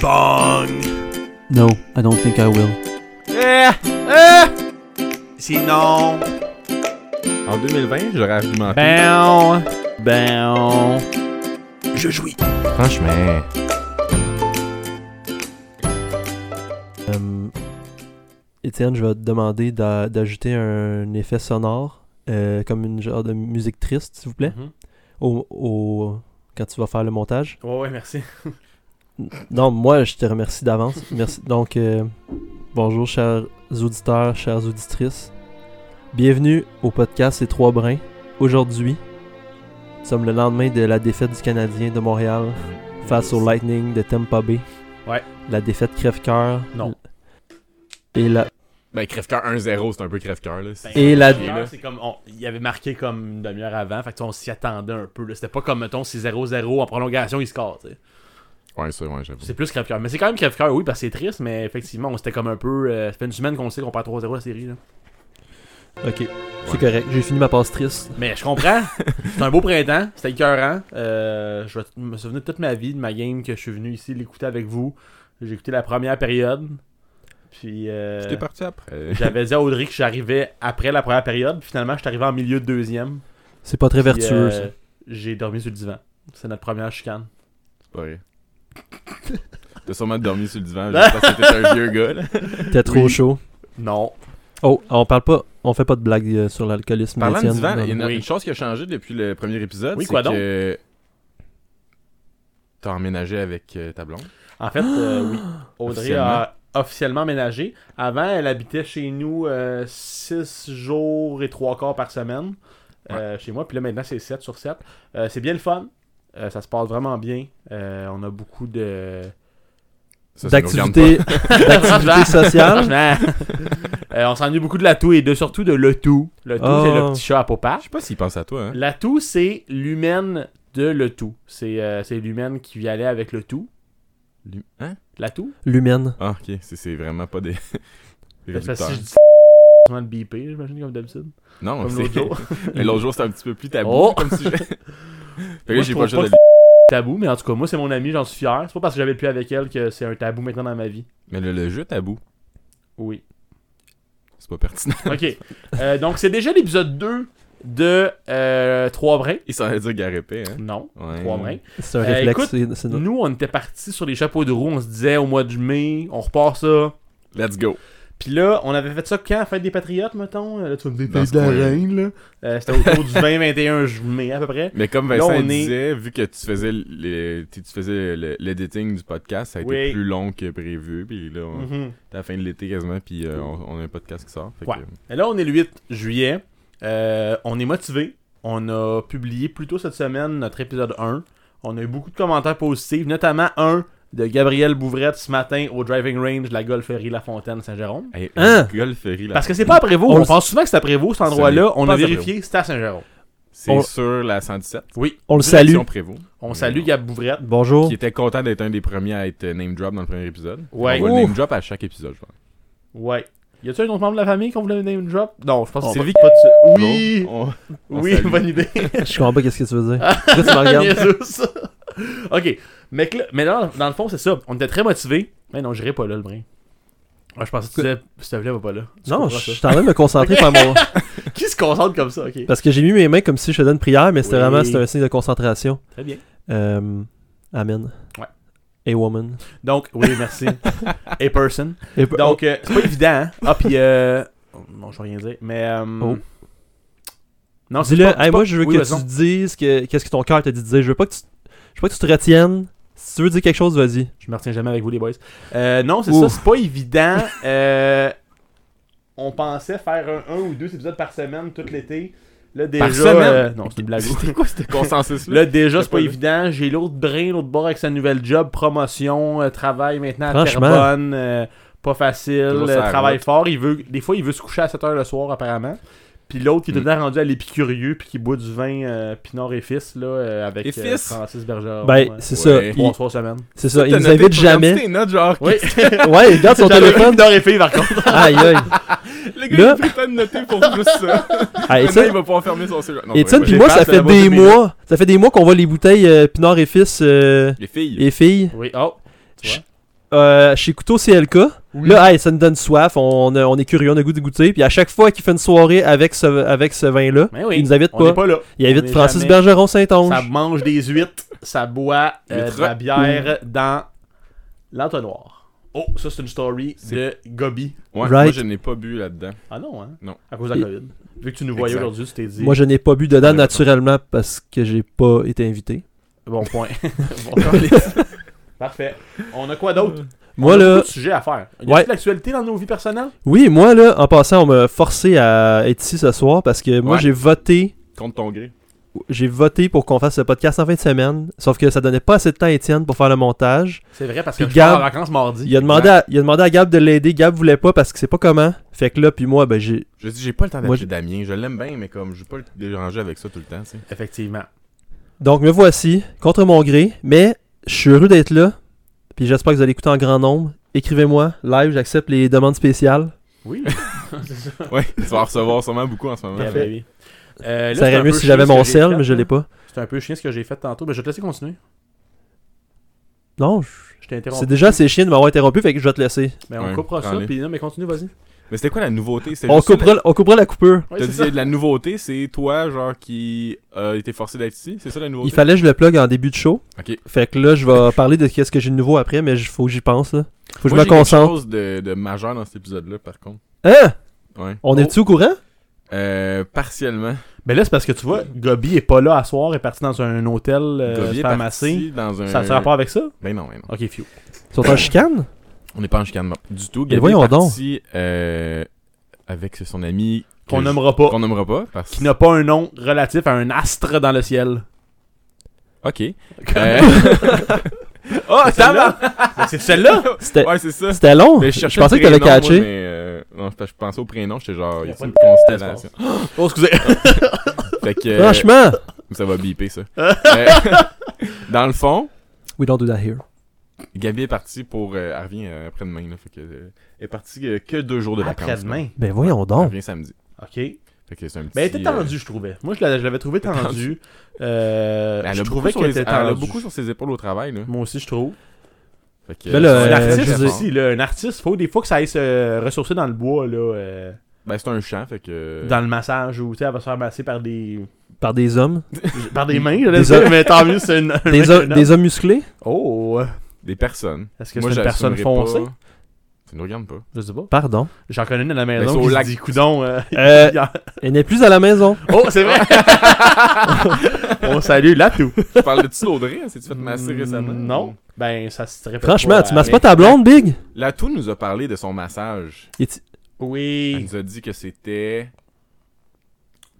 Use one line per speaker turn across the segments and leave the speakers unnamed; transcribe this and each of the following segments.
bong.
No, I don't think I will.
Eh, eh. Sinon,
En 2020, j'aurais argumenté.
ben, ben, je jouis.
Ben.
Franchement.
Euh, Étienne, je vais te demander d'a- d'ajouter un effet sonore, euh, comme une genre de musique triste, s'il vous plaît, au, au- quand tu vas faire le montage.
Ouais, ouais, merci.
Non, moi, je te remercie d'avance. Merci. Donc, euh, bonjour, chers auditeurs, chères auditrices. Bienvenue au podcast Les Trois Brins. Aujourd'hui, nous sommes le lendemain de la défaite du Canadien de Montréal face au Lightning de Tampa Bay.
Ouais.
La défaite crève-cœur.
Non.
Et la,
Ben, crève-cœur 1-0, c'est un peu crève-cœur, là. C'est-
Et la-
Là, Ah, c'est comme on- il avait marqué comme une demi-heure avant, fait que tu sais, on s'y attendait un peu. là. C'était pas comme mettons si 0-0 en prolongation il score. tu sais.
Ouais, ça, ouais, j'avoue.
C'est plus crève-cœur, mais c'est quand même crève-cœur, oui, parce que c'est triste, mais effectivement, on s'était comme un peu. euh, ça fait une semaine qu'on sait qu'on perd 3-0 la série. Là.
Ok, c'est correct. J'ai fini ma passe triste.
Mais je comprends. c'est un beau printemps. C'était écœurant. Euh, je vais t- me souvenir de toute ma vie de ma game que je suis venu ici l'écouter avec vous. J'ai écouté la première période. Puis. euh,
J'étais parti après.
J'avais dit à Audrey que j'arrivais après la première période. puis Finalement, je suis arrivé en milieu de deuxième.
C'est pas très
Puis,
vertueux,
euh,
ça.
J'ai dormi sur le divan. C'est notre première chicane.
Ouais. T'as sûrement dormi sur le divan, je sais pas si t'étais un vieux gars, là.
T'es trop
oui.
chaud.
Non.
Oh, on parle pas, on fait pas de blagues euh, sur l'alcoolisme.
Parlant de
Étienne.
divan,
Non,
il y a une,
non.
une chose qui a changé depuis le premier épisode.
Oui,
c'est
quoi donc?
que T'as emménagé avec euh, ta blonde.
En fait,
Ah!
euh, oui. Audrey a officiellement ménagé. Avant, elle habitait chez nous 6 jours et 3 quarts par semaine euh, chez moi. Puis là, maintenant, c'est 7 sur 7. Euh, c'est bien le fun. Euh, ça se passe vraiment bien. Euh, on a beaucoup de.
Ça, ça nous regarde
D'activité,
Franchement.
d'activité sociale.
Franchement. Euh, on s'ennuie beaucoup de la toux et de surtout de le tout. Le tout,
Oh.
c'est le petit chat à papa.
pas. Je sais pas s'il pense à toi, hein.
La toux, c'est l'humaine de le tout. C'est euh, c'est l'humaine qui y allait avec le tout.
Lui- Hein?
La toux?
L'humaine.
Ah, ok. C'est- C'est vraiment pas des. des
Parce que
réducteurs.
si je dis souvent le bipé, j'imagine, comme d'habitude.
Non,
Comme
c'est.
l'autre jour.
Mais l'autre jour, c'était un petit peu plus tabou.
Oh!
Comme si je... Fait que là,
Moi,
j'ai
je
pas le
trouve
choix
pas
de
que c'est tabou, mais en tout cas, moi, c'est mon ami, j'en suis fier. C'est pas parce que j'avais plus avec elle que c'est un tabou maintenant dans ma vie.
Mais le, le jeu tabou,
Oui.
c'est pas pertinent.
Ok. Euh, donc, c'est déjà l'épisode 2 de euh, Trois brins.
Il s'en est dit garépé, hein.
Non,
Ouais.
Trois brins.
C'est un
Euh,
réflexe.
écoute,
c'est- c'est notre-
Nous, on était partis sur les chapeaux de roue. On se disait au mois de mai, on repart ça.
Let's go.
Puis là, on avait fait ça quand la fête des Patriotes, mettons Euh, Là, tu vas me dire
Dans
Fête
ce
de la
coin.
Reine, là. Euh, C'était autour du 20-21 mai, à peu près.
Mais comme
Là,
Vincent
on est-
disait, vu que tu faisais les- tu tu faisais le- l'editing du podcast, ça a été
Oui.
plus long que prévu. Puis là, on-
Mhm.
c'est la fin de l'été quasiment, puis euh, on, on a un podcast qui sort. Fait
Ouais.
que-
Et là, on est le 8 juillet. Euh, on est motivé. On a publié plus tôt cette semaine notre épisode 1. On a eu beaucoup de commentaires positifs, notamment un de Gabriel Bouvrette ce matin au driving range de la golferie La Fontaine Saint-Jérôme.
Hey,
Hein?
le golferie, là.
Parce que c'est pas à Prévost.
On
Ben, On,
le-
pense souvent que c'est à Prévost, cet
Ce n'est
endroit-là. On
pas à
a vérifié, c'était à Saint-Jérôme.
C'est
on-
sur la 117.
Oui.
On le
Salut.
salue.
Prévost.
On salue Gab Bouvrette.
Bonjour.
Qui était content d'être un des premiers à être name drop dans le premier épisode.
Ouais.
On va
Ouh.
le name drop à chaque épisode, je pense.
Ouais. Y a-tu un autre membre de la famille qu'on voulait donner une drop Non, je pense que
Sylvie
pas de Oui
On- on
Oui,
salue.
bonne idée.
Je comprends pas qu'est-ce que tu veux dire. Pourquoi tu me regardes?
Niaiseux, ça. ok. Mais, que là- mais dans, dans le fond, c'est ça. On était très motivés. Mais non, j'irai pas là, le brin. Ah, je pensais que tu disais, s'il te plaît, va pas là. Tu
Non,
comprends
je je
ça.
suis en train de me concentrer par mon-
Qui se concentre comme ça, ok.
Parce que j'ai mis mes mains comme si je faisais une prière, mais c'était
Oui.
vraiment c'était un signe de concentration.
Très bien.
Euh, amen.
Ouais.
A woman.
Donc, oui, merci. A person.
Et p-
oh,
Donc, euh,
Oh.
c'est pas évident, hein. Ah, puis, euh. Non, je vais rien dire. Mais. euh,
Oh.
Non, c'est
Dis-le,
pas- c'est
Hey,
pas-
moi je veux
oui,
que
vas-y.
tu dises que- qu'est-ce que ton cœur te dit de dire. Je veux pas que tu, je veux pas que tu te retiennes. Si tu veux dire quelque chose, vas-y.
Je me retiens jamais avec vous, les boys. Euh, non, c'est
Ouf.
ça, c'est pas évident. Euh, on pensait faire un, un ou deux épisodes par semaine tout l'été. Là, déjà.
semaine?
euh, non, c'est une blague.
C'était quoi ce consensus-là?
Là, déjà,
T'as
c'est
pas
pas
vu.
évident. J'ai l'autre brin, l'autre bord avec sa nouvelle job, promotion, euh, travail maintenant à
Franchement.
Terrebonne. euh, pas facile,
Toujours
euh,
sur la
travail
route.
fort. Il veut, des fois, il veut se coucher à 7h le soir, apparemment. Puis l'autre qui est
Mm.
déjà rendu à l'épicurieux, puis qui boit du vin euh, Pinard et fils, là, euh, avec
Et
euh,
fils?
Francis Bergeron.
Ben,
ouais.
c'est ça.
Ouais.
il-
Trois soirs semaine.
C'est ça, il
T'as
nous
noté
invite
sur
jamais.
l'identité, notre genre.
Oui.
Ouais, il regarde son
J'avais
téléphone.
Pinard et filles, par contre.
Aïe aïe. Là- Ah,
Le gars, il a pris le temps de noter pour juste ça.
Hey,
Maintenant,
Étienne-
il va pouvoir fermer son cellulaire. Non, c'est
Étienne
vrai,
puis
j'ai
moi,
peur,
ça
c'est la
fait
bonne
des
idée.
mois. Ça fait des mois qu'on voit les bouteilles euh, Pinard et fils euh,
Les filles.
et filles.
Oui, oh.
Chut. euh, chez Couteau CLK.
Oui.
Là, hey, ça nous donne soif, on, a- on est curieux, on a goût de goûter. Puis à chaque fois qu'il fait une soirée avec ce, avec ce vin-là,
Mais Ben oui,
il nous invite
on
pas.
n'est pas là.
Il
on
invite
est
Francis
jamais-
Bergeron Saint-Onge.
Ça mange des huîtres, ça boit euh, de la
Huîtres.
bière
Mm.
dans l'entonnoir. Oh, ça c'est une story de Gobi.
Ouais, Moi,
Right.
je n'ai pas bu là-dedans.
Ah non, hein?
Non.
À cause de la COVID. Vu que tu nous voyais
Exact.
aujourd'hui, tu t'es dit.
Moi, je n'ai pas bu dedans
Ouais,
naturellement parce que j'ai pas été invité.
Bon point. Bon, câlisse. Parfait. On a quoi d'autre?
Moi,
On a
là,
beaucoup de sujets à faire. Y a
Ouais.
de l'actualité dans nos vies personnelles?
oui, moi, là, en passant, on m'a forcé à être ici ce soir parce que moi,
Ouais.
j'ai voté.
Contre ton gré.
J'ai voté pour qu'on fasse ce podcast en fin de semaine, sauf que ça donnait pas assez de temps à Étienne pour faire le montage.
C'est vrai parce que
Puis
je pars en
Gab-
vacances mardi.
Il a demandé, à, il a demandé à Gab de l'aider. Gab voulait pas parce qu'il sait pas comment. Fait que là, puis moi, ben j'ai.
Je dis, j'ai pas le temps
Moi,
d'appeler Damien. Je l'aime bien, mais comme, je veux pas le déranger avec ça tout le temps, tu sais.
Effectivement.
Donc me voici, contre mon gré, mais je suis heureux d'être là. Puis j'espère que vous allez écouter en grand nombre. Écrivez-moi, live, j'accepte les demandes spéciales.
Oui. c'est ça.
Ouais, tu vas en recevoir sûrement beaucoup en ce moment.
Eh ben oui. Euh, là,
ça
c'est un
irait mieux
peu
si j'avais
chiant ce
mon
que j'ai
sel,
fait, hein.
mais je
là.
l'ai pas.
C'est un peu chiant ce que j'ai fait tantôt. Ben, je vais te laisser continuer.
Non, je-
Je t'ai interrompu.
c'est déjà assez chiant de m'avoir interrompu, fait que je vais te laisser.
Mais on
Ouais,
coupera ça.
prends-les.
Puis non, mais continue, vas-y.
Mais c'était quoi la nouveauté? C'était
On
juste une-
coupera, on coupera la coupure.
Ouais,
T'as
c'est
dit
ça.
la nouveauté, c'est toi, genre, qui euh, était forcé d'être ici? C'est ça la nouveauté?
Il fallait que je le plug en début de show.
Ok.
Fait que là, je vais parler de ce que j'ai de nouveau après, mais il faut que j'y pense. Là. Faut que je
Moi,
me
j'ai quelque
concentre.
chose de, de majeur dans cet épisode-là, par contre.
Hein?
Ouais.
On
Oh.
est-tu au courant?
Euh, partiellement.
Ben là, c'est parce que tu vois, Gobi est pas là à soir, est parti dans un hôtel euh,
Gobier est parti
pharmacie.
dans un...
Ça a rapport avec ça?
Ben non, ben non.
Ok, fio.
Ils sont en chicane?
On n'est pas en chicane non, du tout.
Mais
Gabi
voyons
est parti euh, avec son ami... que
Qu'on
je-
nommera pas.
Qu'on nommera pas. Parce...
Qui n'a pas un nom relatif à un astre dans le ciel.
Ok. Euh,
Oh,
ça
C'est celle-là?
C'était
ouais, c'est ça.
c'était long.
Mais
Je
cherchais
pensais
le
que t'allais
prénom, moi,
catcher.
mais, euh, non, c'est parce que je pensais au prénom, j'étais genre,
Il y
y
a
a
pas
une
de-
constellation.
Oh, excusez.
fait que, euh,
Franchement!
ça va biper ça. Euh, dans le fond,
We don't do that here.
Gabi est parti pour, euh, elle revient euh, après-demain, là, fait que, euh, elle est partie euh, que deux jours de vacances.
Après-demain.
Ben voyons
quoi. Elle
donc.
revient samedi.
Ok. Ben,
Fait que c'est un petit.
elle était
euh,
tendue, je trouvais. Moi, je l'a- je l'avais trouvé tendue.
elle
Euh,
a
je
beaucoup
trouvais
sur
qu'elle
les-
était
elle a
tendue.
beaucoup sur ses épaules au travail, là.
Moi aussi, je trouve.
Fait que,
Ben là,
c'est
un
euh,
artiste
je-
aussi, là. Un artiste, faut des fois que ça aille se euh, ressourcer dans le bois, là. euh,
Ben, c'est un champ, fait que. euh,
Dans le massage, ou tu sais, elle va se faire masser par des.
Par des hommes.
par des mains,
Des
j'allais
hommes.
dire, mais tant mieux, c'est une. un mec,
Des,
un
hommes-
homme.
des hommes musclés.
Oh!
Des personnes.
Est-ce que
Moi,
c'est une personne
j'assumerais
foncée?
pas. Tu ne regardes pas.
Je sais pas.
Pardon.
J'en connais une à la
Ben,
maison
c'est au
qui se
lac.
dit coudon. euh,
Euh,
il y a-
elle n'est plus à la maison.
Oh, c'est vrai! On salue Latou.
Tu parles de tu l'Audrey, c'est-tu fait masser récemment?
Mm, Non. Ben, ça se répète
Franchement,
pas
tu
à-
masses pas ta blonde, Big?
Latou nous a parlé de son massage.
Et tu-
Elle
Oui.
nous a dit que c'était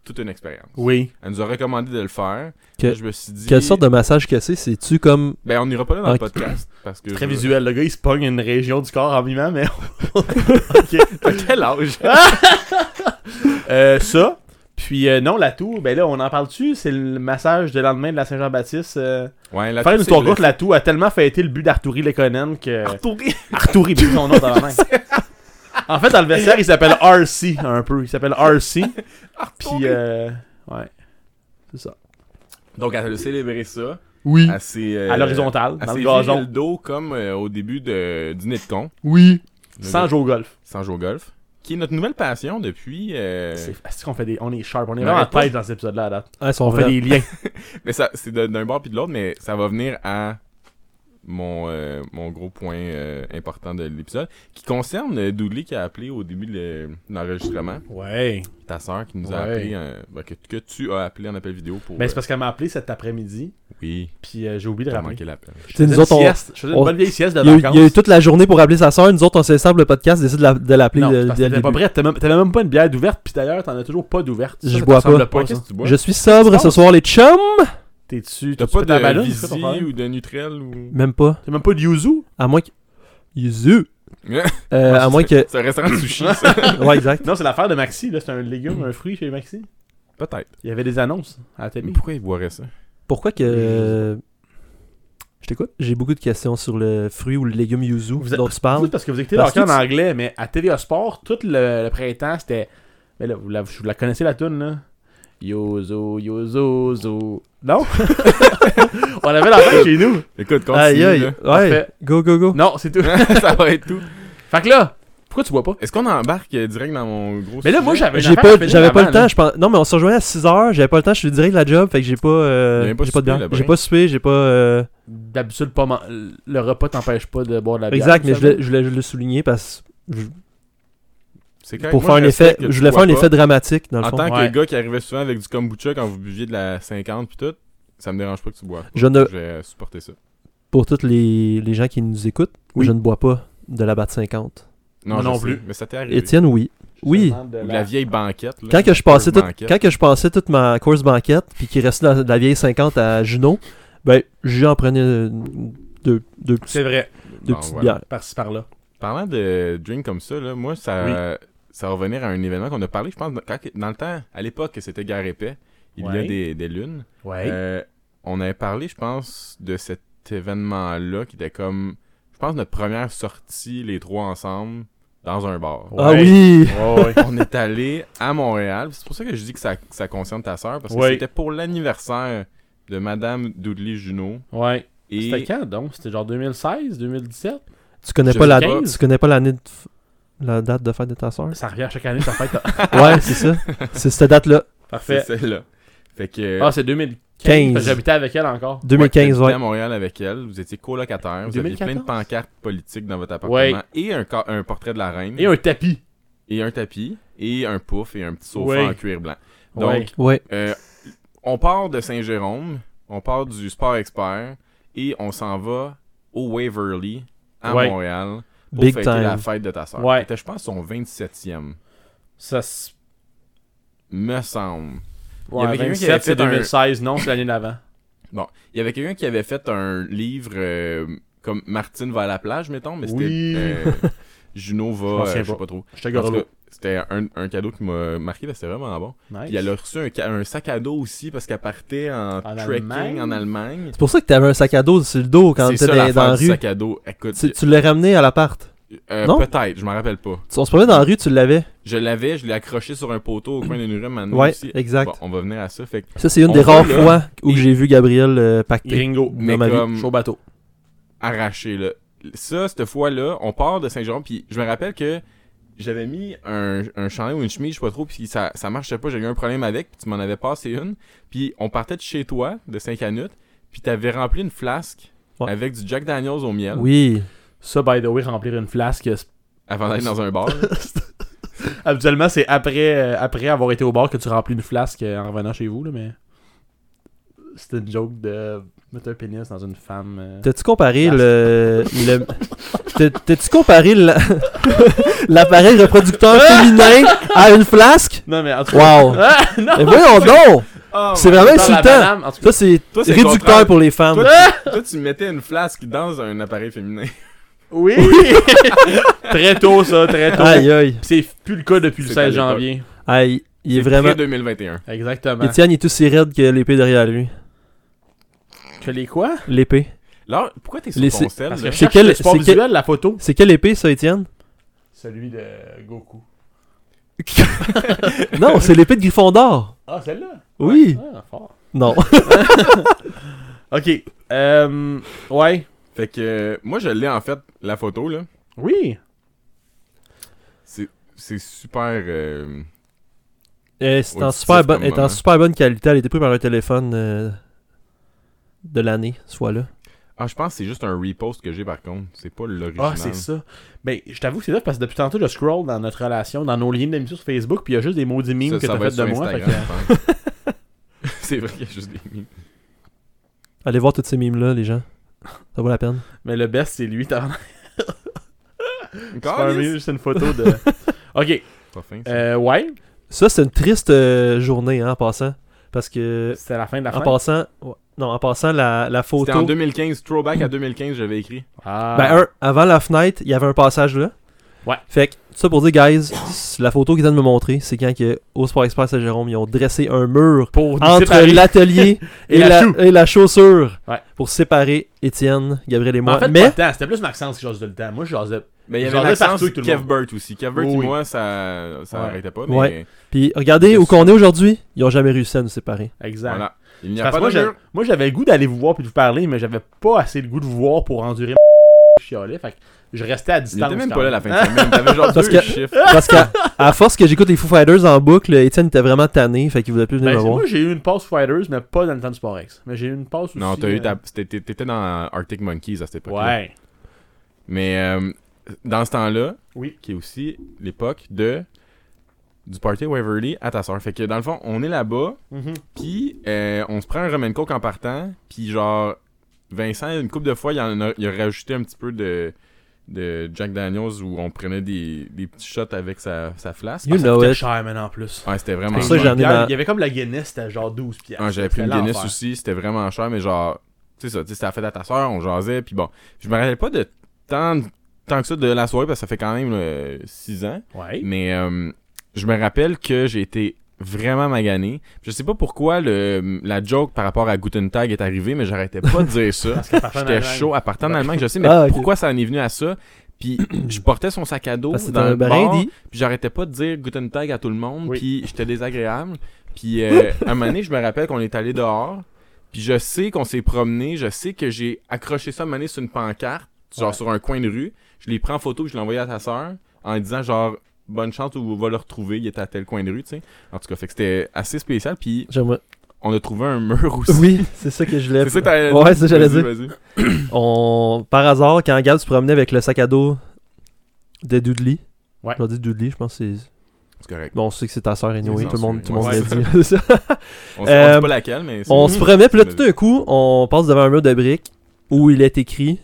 toute une expérience.
Oui.
Elle nous a recommandé de le faire.
Que-
Là, je me suis dit.
Quelle sorte de massage que c'est? C'est-tu comme...
Ben, on n'ira pas là dans
Ok.
le podcast. Parce que
Très
je-
visuel. Le gars, il se pogne une région du corps en vivant, mais. ok.
T'as quel âge
Euh, ça. Puis euh, non, Latou, ben là, on en parle-tu? C'est le massage de lendemain de la Saint-Jean-Baptiste. euh,
Ouais, la
Faire une histoire courte, Latou a tellement fêté le but d'Arturi Lekonen
Ah.
que. Arturi, mais Euh, son nom dans la main. En fait, dans le vestiaire, il s'appelle RC un peu. Il s'appelle RC. Puis, euh, ouais. C'est ça.
Donc, elle a célébré ça.
Oui.
Elle s'est. euh,
À l'horizontale,
elle
dans
s'est
le
viré
gazon.
le dos comme euh, au début de, du nez de con.
Oui.
Le
Sans
gars-
jouer au golf.
sans jouer au golf. Qui est notre nouvelle passion depuis. euh,
C'est ce qu'on fait des. On est sharp, on est
Mais
vraiment
arrête pas.
tête dans cet épisode-là à date.
Ah, elles sont
On fait
vraies.
des liens.
Mais ça, c'est de- d'un bord puis de l'autre, mais ça va venir à mon, euh, mon gros point euh, important de l'épisode, qui concerne euh, Doudley qui a appelé au début de l'enregistrement.
Ouais.
Ta sœur qui nous a
Ouais.
appelé, euh, ben, que, que tu as appelé en appel vidéo pour.
Mais
euh,
c'est parce qu'elle m'a appelé cet après-midi.
oui,
Puis euh, j'ai oublié de
t'as
rappeler.
manqué l'appel.
Tu sais,
Je
nous
faisais
autres,
une
on...
sieste. Je faisais une
on-
bonne vieille sieste de
Il y, a eu,
vacances.
il y a eu toute la journée pour appeler sa soeur. Nous autres, on s'est simple le podcast, décide de la, de l'appeler
Non,
dès-
c'est parce que
dès le
t'étais pas
début.
prêt. T'avais même- t'avais même pas une bière d'ouverte. Puis d'ailleurs, t'en as toujours pas d'ouverte. Ça,
Je
ça
bois
te ressemble
pas.
Ouais,
ça.
Qu'est-ce que tu bois
Je suis sobre
Qu'est-ce
ce soir, les chums!
T'es-tu.
T'as
t'as-tu
pas
fait ta
de
ballonne, c'est ça, ton
Visi
problème?
ou de Nutrel ou.
Même pas.
T'as même pas de yuzu?
À moins que... Yuzu!
Ouais,
Euh, à moins que...
C'est un restaurant de sushi, ça.
Ouais, exact.
Non, c'est l'affaire de Maxi, là. C'est un légume, un fruit chez Maxi.
Peut-être.
Il y avait des annonces à la
Mais
télé.
pourquoi il boirait ça
Pourquoi que... Je t'écoute. J'ai beaucoup de questions sur le fruit ou le légume yuzu
Vous êtes-
dont tu
C'est
parles.
parce que vous écoutez le
Parce
hockey en
que tu-
anglais, mais à TVA Sport, tout le, le printemps, c'était. Mais là, vous la, vous la connaissez la toune, là. Yozo, yozo, zo. Non? On avait l'enfant chez nous.
Écoute, continue.
Aïe, aïe.
là.
Ouais.
Parfait.
Go, go, go.
Non, c'est tout.
ça va être tout.
Fait que là, pourquoi tu bois pas?
Est-ce qu'on embarque euh, direct dans mon gros
Mais là,
sujet?
moi, j'avais une
J'ai
affaire à
pas,
finir
j'avais pas
avant,
le
là.
temps. Je par- Non, mais on se rejoignait à 6h. J'avais pas le temps. Je suis direct de la job. Fait que j'ai pas, euh,
Il y avait pas
j'ai pas de
soupé,
bière.
là-bas.
J'ai pas sué. J'ai pas. euh,
D'habitude, pas man- le repas t'empêche pas de boire de la bière.
Exact,
vous
mais je
savez.
voulais, je voulais le souligner parce que je-
C'est correct.
pour
Moi,
faire un effet.
respecte que
Je
tu
voulais faire
bois
un
pas.
effet dramatique dans le
En
fond.
tant
Ouais.
que gars qui arrivait souvent avec du kombucha quand vous buviez de la 50 puis tout, ça me dérange pas que tu bois.
Je ne-
vais euh, supporter ça.
Pour tous les, les gens qui nous écoutent,
Oui.
je ne bois pas de la batte 50.
Moi
je
non
sais,
plus.
Mais ça t'est arrivé.
Étienne, oui. Oui.
Justement, de
Ou de
la-
la vieille banquette. là.
Quand que je passais
Curve
toute,
banquette.
quand que je passais toute ma course banquette, puis qu'il restait dans la vieille 50 à Juno, ben j'en prenais euh, deux, deux, petits-
C'est vrai.
deux
Bon,
petites
voilà.
bières.
Par-ci, par-là.
Parlant de drink comme ça, là, moi, ça, ça va revenir à un événement qu'on a parlé, je pense, quand- dans le temps, à l'époque, c'était Gare Épais, il y a
Ouais.
des, des lunes.
Ouais.
Euh, on avait parlé, je pense, de cet événement-là qui était comme, je pense, notre première sortie, les trois ensemble, dans un bar.
Ouais.
Ah oui!
Ouais, ouais.
on est allé à Montréal. C'est pour ça que je dis que ça, ça concerne ta sœur, parce que
Oui.
c'était pour l'anniversaire de Madame Dudley Junot.
ouais.
Et
C'était quand donc C'était genre 2016, 2017
Tu connais
Je
pas la,
sais pas.
tu connais pas l'année de f- la date de fête de ta soeur?
Ça revient à chaque année, ça fête.
ouais, c'est ça. C'est cette date-là.
c'est
Parfait.
celle-là. Fait que
Ah, c'est 2015.
15.
parce que J'habitais avec elle encore.
Ouais, vous
2015,
étiez
ouais.
à Montréal avec elle, vous étiez colocataire, vous aviez plein de
2014?
pancartes politiques dans votre appartement
Ouais.
et un, ca- un portrait de la reine
Et un tapis.
et un tapis et un pouf et un petit sofa
Ouais.
en cuir blanc. Donc,
Ouais.
Ouais.
euh, on part de Saint-Jérôme, on part du Sport Expert et on s'en va au Waverly à
Ouais.
Montréal pour
Big
fêter la
time.
fête de ta soeur.
Ouais.
C'était, je pense, son 27e,
Ça se
me semble.
Ouais,
avait quelqu'un qui
27,
avait
c'est
fait un-
2016, non, c'est l'année d'avant.
Il y avait quelqu'un qui avait fait un livre euh, comme Martine va à la plage, mettons, mais c'était
Oui.
euh, Juno
Je m'en
va, euh, je,
souviens
sais
pas.
pas trop.
Je te
En tout
gorge
cas, C'était un, un cadeau qui m'a marqué parce que c'était vraiment bon.
Nice.
Puis elle a reçu un, ca- un sac à dos aussi parce qu'elle partait en,
En
trekking
Allemagne.
en Allemagne.
C'est pour ça que t'avais un sac à dos sur le dos quand
C'est
t'étais
ça
dans,
l'affaire
dans la
du
rue.
sac à dos. Écoute,
Tu, tu l'as ramené à l'appart.
euh,
non?
peut-être, je m'en rappelle pas.
Tu- On se promenait dans la rue, tu l'avais.
Je l'avais, je l'ai accroché sur un poteau au coin d'une rue maintenant
Ouais,
aussi.
exact.
Bon, on va venir à ça. Fait que-
Ça, c'est une
On
des
va
rares
là.
fois où
Et-
j'ai vu Gabriel euh, pacter.
Gringo.
Dans
mais
ma vie,
comme
Chaud bateau.
arraché là. Ça, cette fois-là, on part de Saint-Jérôme, puis je me rappelle que j'avais mis un, un chandail ou une chemise, je sais pas trop, puis ça, ça marchait pas, j'avais eu un problème avec, puis tu m'en avais passé une, puis on partait de chez toi, de Saint-Canut, puis t'avais rempli une flasque
Ouais.
avec du Jack Daniels au miel,
Oui.
Ça, by the way, remplir une flasque. c'est-
avant d'aller dans un bar.
Habituellement, c'est après, euh, après avoir été au bar que tu remplis une flasque euh, en revenant chez vous, là, mais. C'était une joke de mettre un pénis dans une femme. euh.
T'as-tu comparé le. le... t'as- T'as-tu comparé la- l'appareil reproducteur féminin à une flasque?
Non, mais en tout cas.
Wow!
Ah, non!
Mais voyons donc!
Oh,
C'est
ouais.
vraiment
Dans la
insultant!
madame, en tout cas.
Ça, c'est
Toi, c'est le
réducteur
contraire.
pour les femmes.
Toi, tu, toi, tu mettais une flasque dans un appareil féminin.
Oui! très tôt, ça, très tôt.
Aïe, aïe.
Puis C'est plus le cas depuis le
C'est à
16
l'époque.
janvier.
Aïe, il est vraiment.
Près 2021.
Exactement.
Étienne il est aussi raide que l'épée derrière lui.
Que les quoi?
L'épée.
Là, pourquoi t'es sur
Les-
ton sel,
Parce
là?
que
C'est
c'est
quel-
quel. sport
c'est quel-
visuel, la photo.
C'est quelle épée ça, Étienne
Celui de Goku.
Non, c'est l'épée de Gryffondor.
Ah, celle-là?
Oui.
Ah, fort.
Non.
Ok. Euh, ouais.
Fait que, euh, moi, je l'ai en fait, la photo, là.
Oui.
C'est super... euh,
Elle est Eh, en
Auditif
super, bonne-
comme
elle est en
moment.
super bonne qualité. Elle a été prise par un téléphone euh, de l'année, soit là.
Ah, je pense que c'est juste un repost que j'ai par contre. C'est pas l'original.
Ah, c'est ça. Ben, je t'avoue que c'est vrai parce que depuis tantôt, je scroll dans notre relation, dans nos liens d'émission sur Facebook, puis il y a juste des maudits
Ça,
memes que
ça
t'as
va
fait
être
de
sur
moi. fait
Instagram, je pense. c'est vrai qu'il y a juste des mimes.
Allez voir toutes ces mimes-là, les gens. Ça vaut la peine.
que- Mais le best, c'est lui. T'as
Encore
meme, juste une photo de. ok.
Pas fin, ça.
Euh, ouais.
Ça, c'est une triste euh, journée, hein, en passant. Parce que.
C'était la fin de la
En
fin.
passant. ouais. Non, en passant, la, la photo.
C'était en 2015, throwback à 2015, j'avais écrit.
Ah.
Ben, un, avant la fenêtre, il y avait un passage là.
Ouais.
Fait que, tout ça pour dire, guys, la photo qu'ils viennent de me montrer, c'est quand que, au Sport Expert Saint-Jérôme, ils ont dressé un mur
Pour nous
entre
séparer.
l'atelier et,
Et la
la,
chou.
et la chaussure
Ouais.
pour séparer Étienne, Gabriel et moi.
En fait,
Mais,
pas le temps. C'était plus Maxence qui jase de le temps. Moi, je jasais
Mais il y
J'en
avait
ai
l'accent
partout,
sur
tout le
Kev
monde.
Burt aussi. Kev Burt et
Oui.
moi, ça, ça
Ouais.
arrêtait pas. Mais
Ouais. Puis regardez
C'est
où qu'on est aujourd'hui, ils ont jamais réussi à nous séparer.
Exact.
voilà. Il n'y a
Parce que
pas
moi,
de
j'a-
mur.
moi, j'avais le goût d'aller vous voir puis de vous parler, mais j'avais pas assez le goût de vous voir pour endurer chialer. Fait que je restais à
Il
distance.
était même
quand
pas là
même.
la fin de semaine. T'avais genre
Parce
deux
que-
chiffres.
Parce qu'à à force que j'écoute les Foo Fighters en boucle, Étienne était vraiment tanné, fait qu'il voulait plus venir
Ben,
me
c'est-
voir.
moi, j'ai eu une passe Fighters, mais pas dans le temps du Sporex. Mais j'ai eu une passe aussi.
Non, t'as
euh,
eu ta... c'était- t'étais t'étais dans Arctic Monkeys à cette époque-là.
Ouais.
Mais euh, dans ce temps-là,
Oui.
qui est aussi l'époque de du party Waverly à ta soeur. Fait que dans le fond, on est là-bas,
Mhm.
puis euh, on se prend un rum and coke en partant, puis genre Vincent une couple de fois, il en a, il a rajouté un petit peu de de Jack Daniels où on prenait des, des petits shots avec sa, sa flasque.
You
Ça
know
coûtait
it.
cher, man, en plus.
Ouais, c'était vraiment
Pour ça,
cher.
que j'en ai
Bière,
ma-
Il y avait comme la Guinness, c'était genre 12 piastres.
Ouais, j'avais pris une
C'était
Guinness
l'enfer.
aussi, c'était vraiment cher, mais genre, tu sais ça, tu sais, c'était la fête à ta soeur, on jasait, puis bon. Je me rappelle pas de tant, tant que ça de la soirée, parce que ça fait quand même 6 ans.
Ouais.
Mais euh, je me rappelle que j'ai été vraiment magané. Je sais pas pourquoi le, la joke par rapport à Guten Tag est arrivée, mais j'arrêtais pas de dire ça.
Parce qu'elle partait en
J'étais
Allemagne.
chaud à partant en Allemagne, je sais, mais
Ah, ok.
pourquoi ça en est venu à ça? Puis je portais son sac à dos
Parce que c'est
dans
un
le bar,
brindis.
puis j'arrêtais pas de dire Guten Tag à tout le monde,
Oui.
puis j'étais désagréable. Puis euh, un moment donné, je me rappelle qu'on est allé dehors, puis je sais qu'on s'est promené, je sais que j'ai accroché ça un moment donné sur une pancarte, genre
Ouais.
sur un coin de rue. Je l'ai pris en photo, puis je l'ai envoyé à ta sœur en disant genre bonne chance où on va le retrouver, il est à tel coin de rue, tu sais. En tout cas, fait que c'était assez spécial, puis
J'aimerais-
on a trouvé un mur aussi.
Oui, c'est ça que je voulais.
C'est ça que t'allais dire?
Ouais, c'est ça que j'allais
Vas-y,
dire.
vas-y.
On... Par hasard, quand Gab se promenait avec le sac à dos de Doodly,
Ouais.
je leur dis Doodly, je pense que c'est.
C'est correct.
Bon, on sait que c'est ta sœur, anyway,
Oui,
tout le monde,
c'est-
tout le monde
ouais,
l'a
c'est
dit. C'est ça.
On, sait-
Euh,
on dit pas laquelle, mais c'est-
On se promet, puis là,
Mais-
tout d'un coup, on passe devant un mur de briques où il est écrit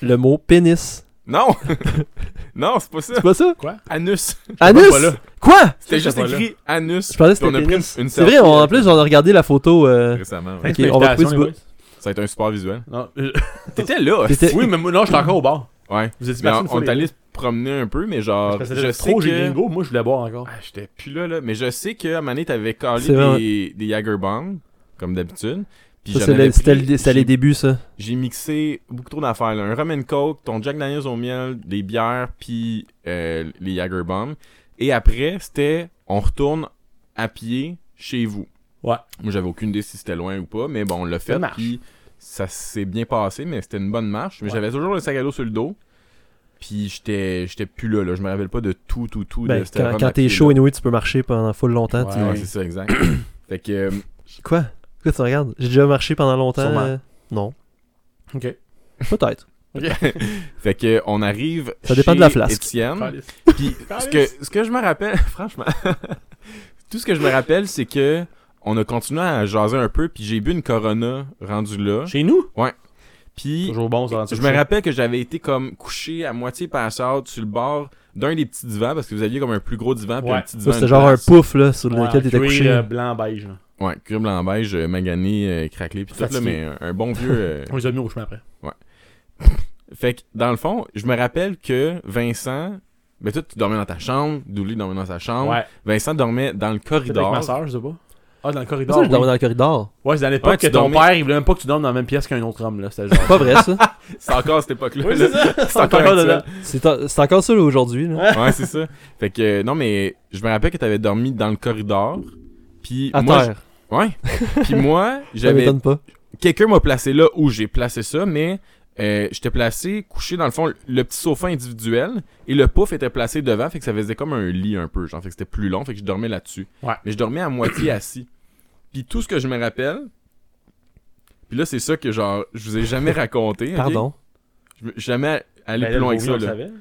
le mot pénis.
Non! non, c'est pas ça.
C'est pas ça?
Anus.
Anus!
pas là.
Quoi?
C'était juste
J'étais pas
écrit anus.
Je pensais que
Puis
c'était
on a pris une,
pénis.
une
C'est vrai,
selfie
on- en
avec-
plus, on a regardé la photo. euh,
Récemment, ouais.
Thanks pour
Ok, on va
l'invitation,
quiz-
les boys.
Ça a été un super visuel.
Non, euh,
T'étais là.
T'étais-
Oui, mais moi, non, j'étais encore au bar.
Ouais.
Vous étiez
Mais
parti
on,
une
on
fois.
est allé se promener un peu, mais genre,
Parce que
je
c'était
sais
trop j'ai
que...
bingo, moi, je voulais boire encore.
Ah, j'étais plus là, là. Mais je sais que, à un moment donné, t'avais collé
C'est vrai,
des, des Jagger Bombs, comme d'habitude. Puis
ça,
j'en
c'est
avais
le- C'était
pris-
le- c'était les
j'ai-
débuts, ça.
J'ai mixé beaucoup trop d'affaires. là. Un rum and coke, ton Jack Daniels au miel, des bières, puis euh, les Jagger Bombs. Et après, c'était on retourne à pied chez vous.
Ouais.
Moi, j'avais aucune idée si c'était loin ou pas, mais bon, on l'a fait.
une marche.
Puis ça s'est bien passé, mais c'était une bonne marche. Mais
Ouais.
j'avais toujours le sac à dos sur le dos. Puis j'étais j'étais plus là, là. Je me rappelle pas de tout, tout, tout.
Ben,
de cette
quand
run à
quand t'es
pied,
chaud,
là.
anyway, tu peux marcher pendant full longtemps. tu-
Ouais,
Ouais.
c'est ça, exact. fait que. euh,
Quoi? Quoi, tu regardes? J'ai déjà marché pendant longtemps.
Sûrement.
euh, Non.
Ok.
Peut-être.
Fait que on arrive
Ça dépend de
chez
la flasque.
Étienne.
Calice.
Puis ce
Calice.
que, ce que je me rappelle, franchement, tout ce que je me rappelle, c'est que on a continué à jaser un peu, puis j'ai bu une Corona rendue là.
Chez nous?
Puis
Toujours bon, ça.
je me rappelle que j'avais été comme couché à moitié pass out sur le bord d'un des petits divans, parce que vous aviez comme un plus gros divan, puis
Ouais.
un petit
Ça,
divan.
c'était
une
genre un
place.
pouf, là, sur lequel t'étais couché.
blanc beige. là.
Ouais, cuir blanc beige, euh, magané, euh, craquelé, puis tout, là,
Fatigué.
mais un, un bon vieux... euh,
On les a mis au chemin après.
Fait que, dans le fond, je me rappelle que Vincent... Ben toi, tu dormais dans ta chambre, Douli dormait dans sa chambre,
Ouais.
Vincent dormait dans le
Peut-être avec
corridor.
ma soeur, je sais pas. Ah, dans le
C'est
corridor.
ça, je
oui.
dormais dans le corridor.
Ouais, c'est dans l'époque
Ouais, tu
que ton
dormais.
père, il voulait même pas que tu dormes dans la même pièce qu'un autre homme, là. C'était genre.
Pas vrai, ça.
C'est encore cette époque-là.
Oui,
là.
c'est ça.
C'est encore dedans.
C'est en- c'est encore ça, là, aujourd'hui. là.
Ouais, c'est ça. Fait que, euh, non, mais je me rappelle que t'avais dormi dans le corridor. Puis
À
moi,
terre.
je- ouais. Puis moi,
Ça
j'avais.
m'étonne pas.
Quelqu'un m'a placé là où j'ai placé ça, mais euh, j'étais placé couché dans le fond le petit sofa individuel et le pouf était placé devant, fait que ça faisait comme un lit un peu, genre, fait que c'était plus long, fait que je dormais là-dessus.
Ouais.
Mais je dormais à moitié assis. Puis tout ce que je me rappelle, puis là c'est ça que genre je vous ai jamais raconté. ok?
Pardon.
Je me- jamais allé
Ben,
plus
là,
loin
le
que
vomi,
ça.
on
Là.
le savait.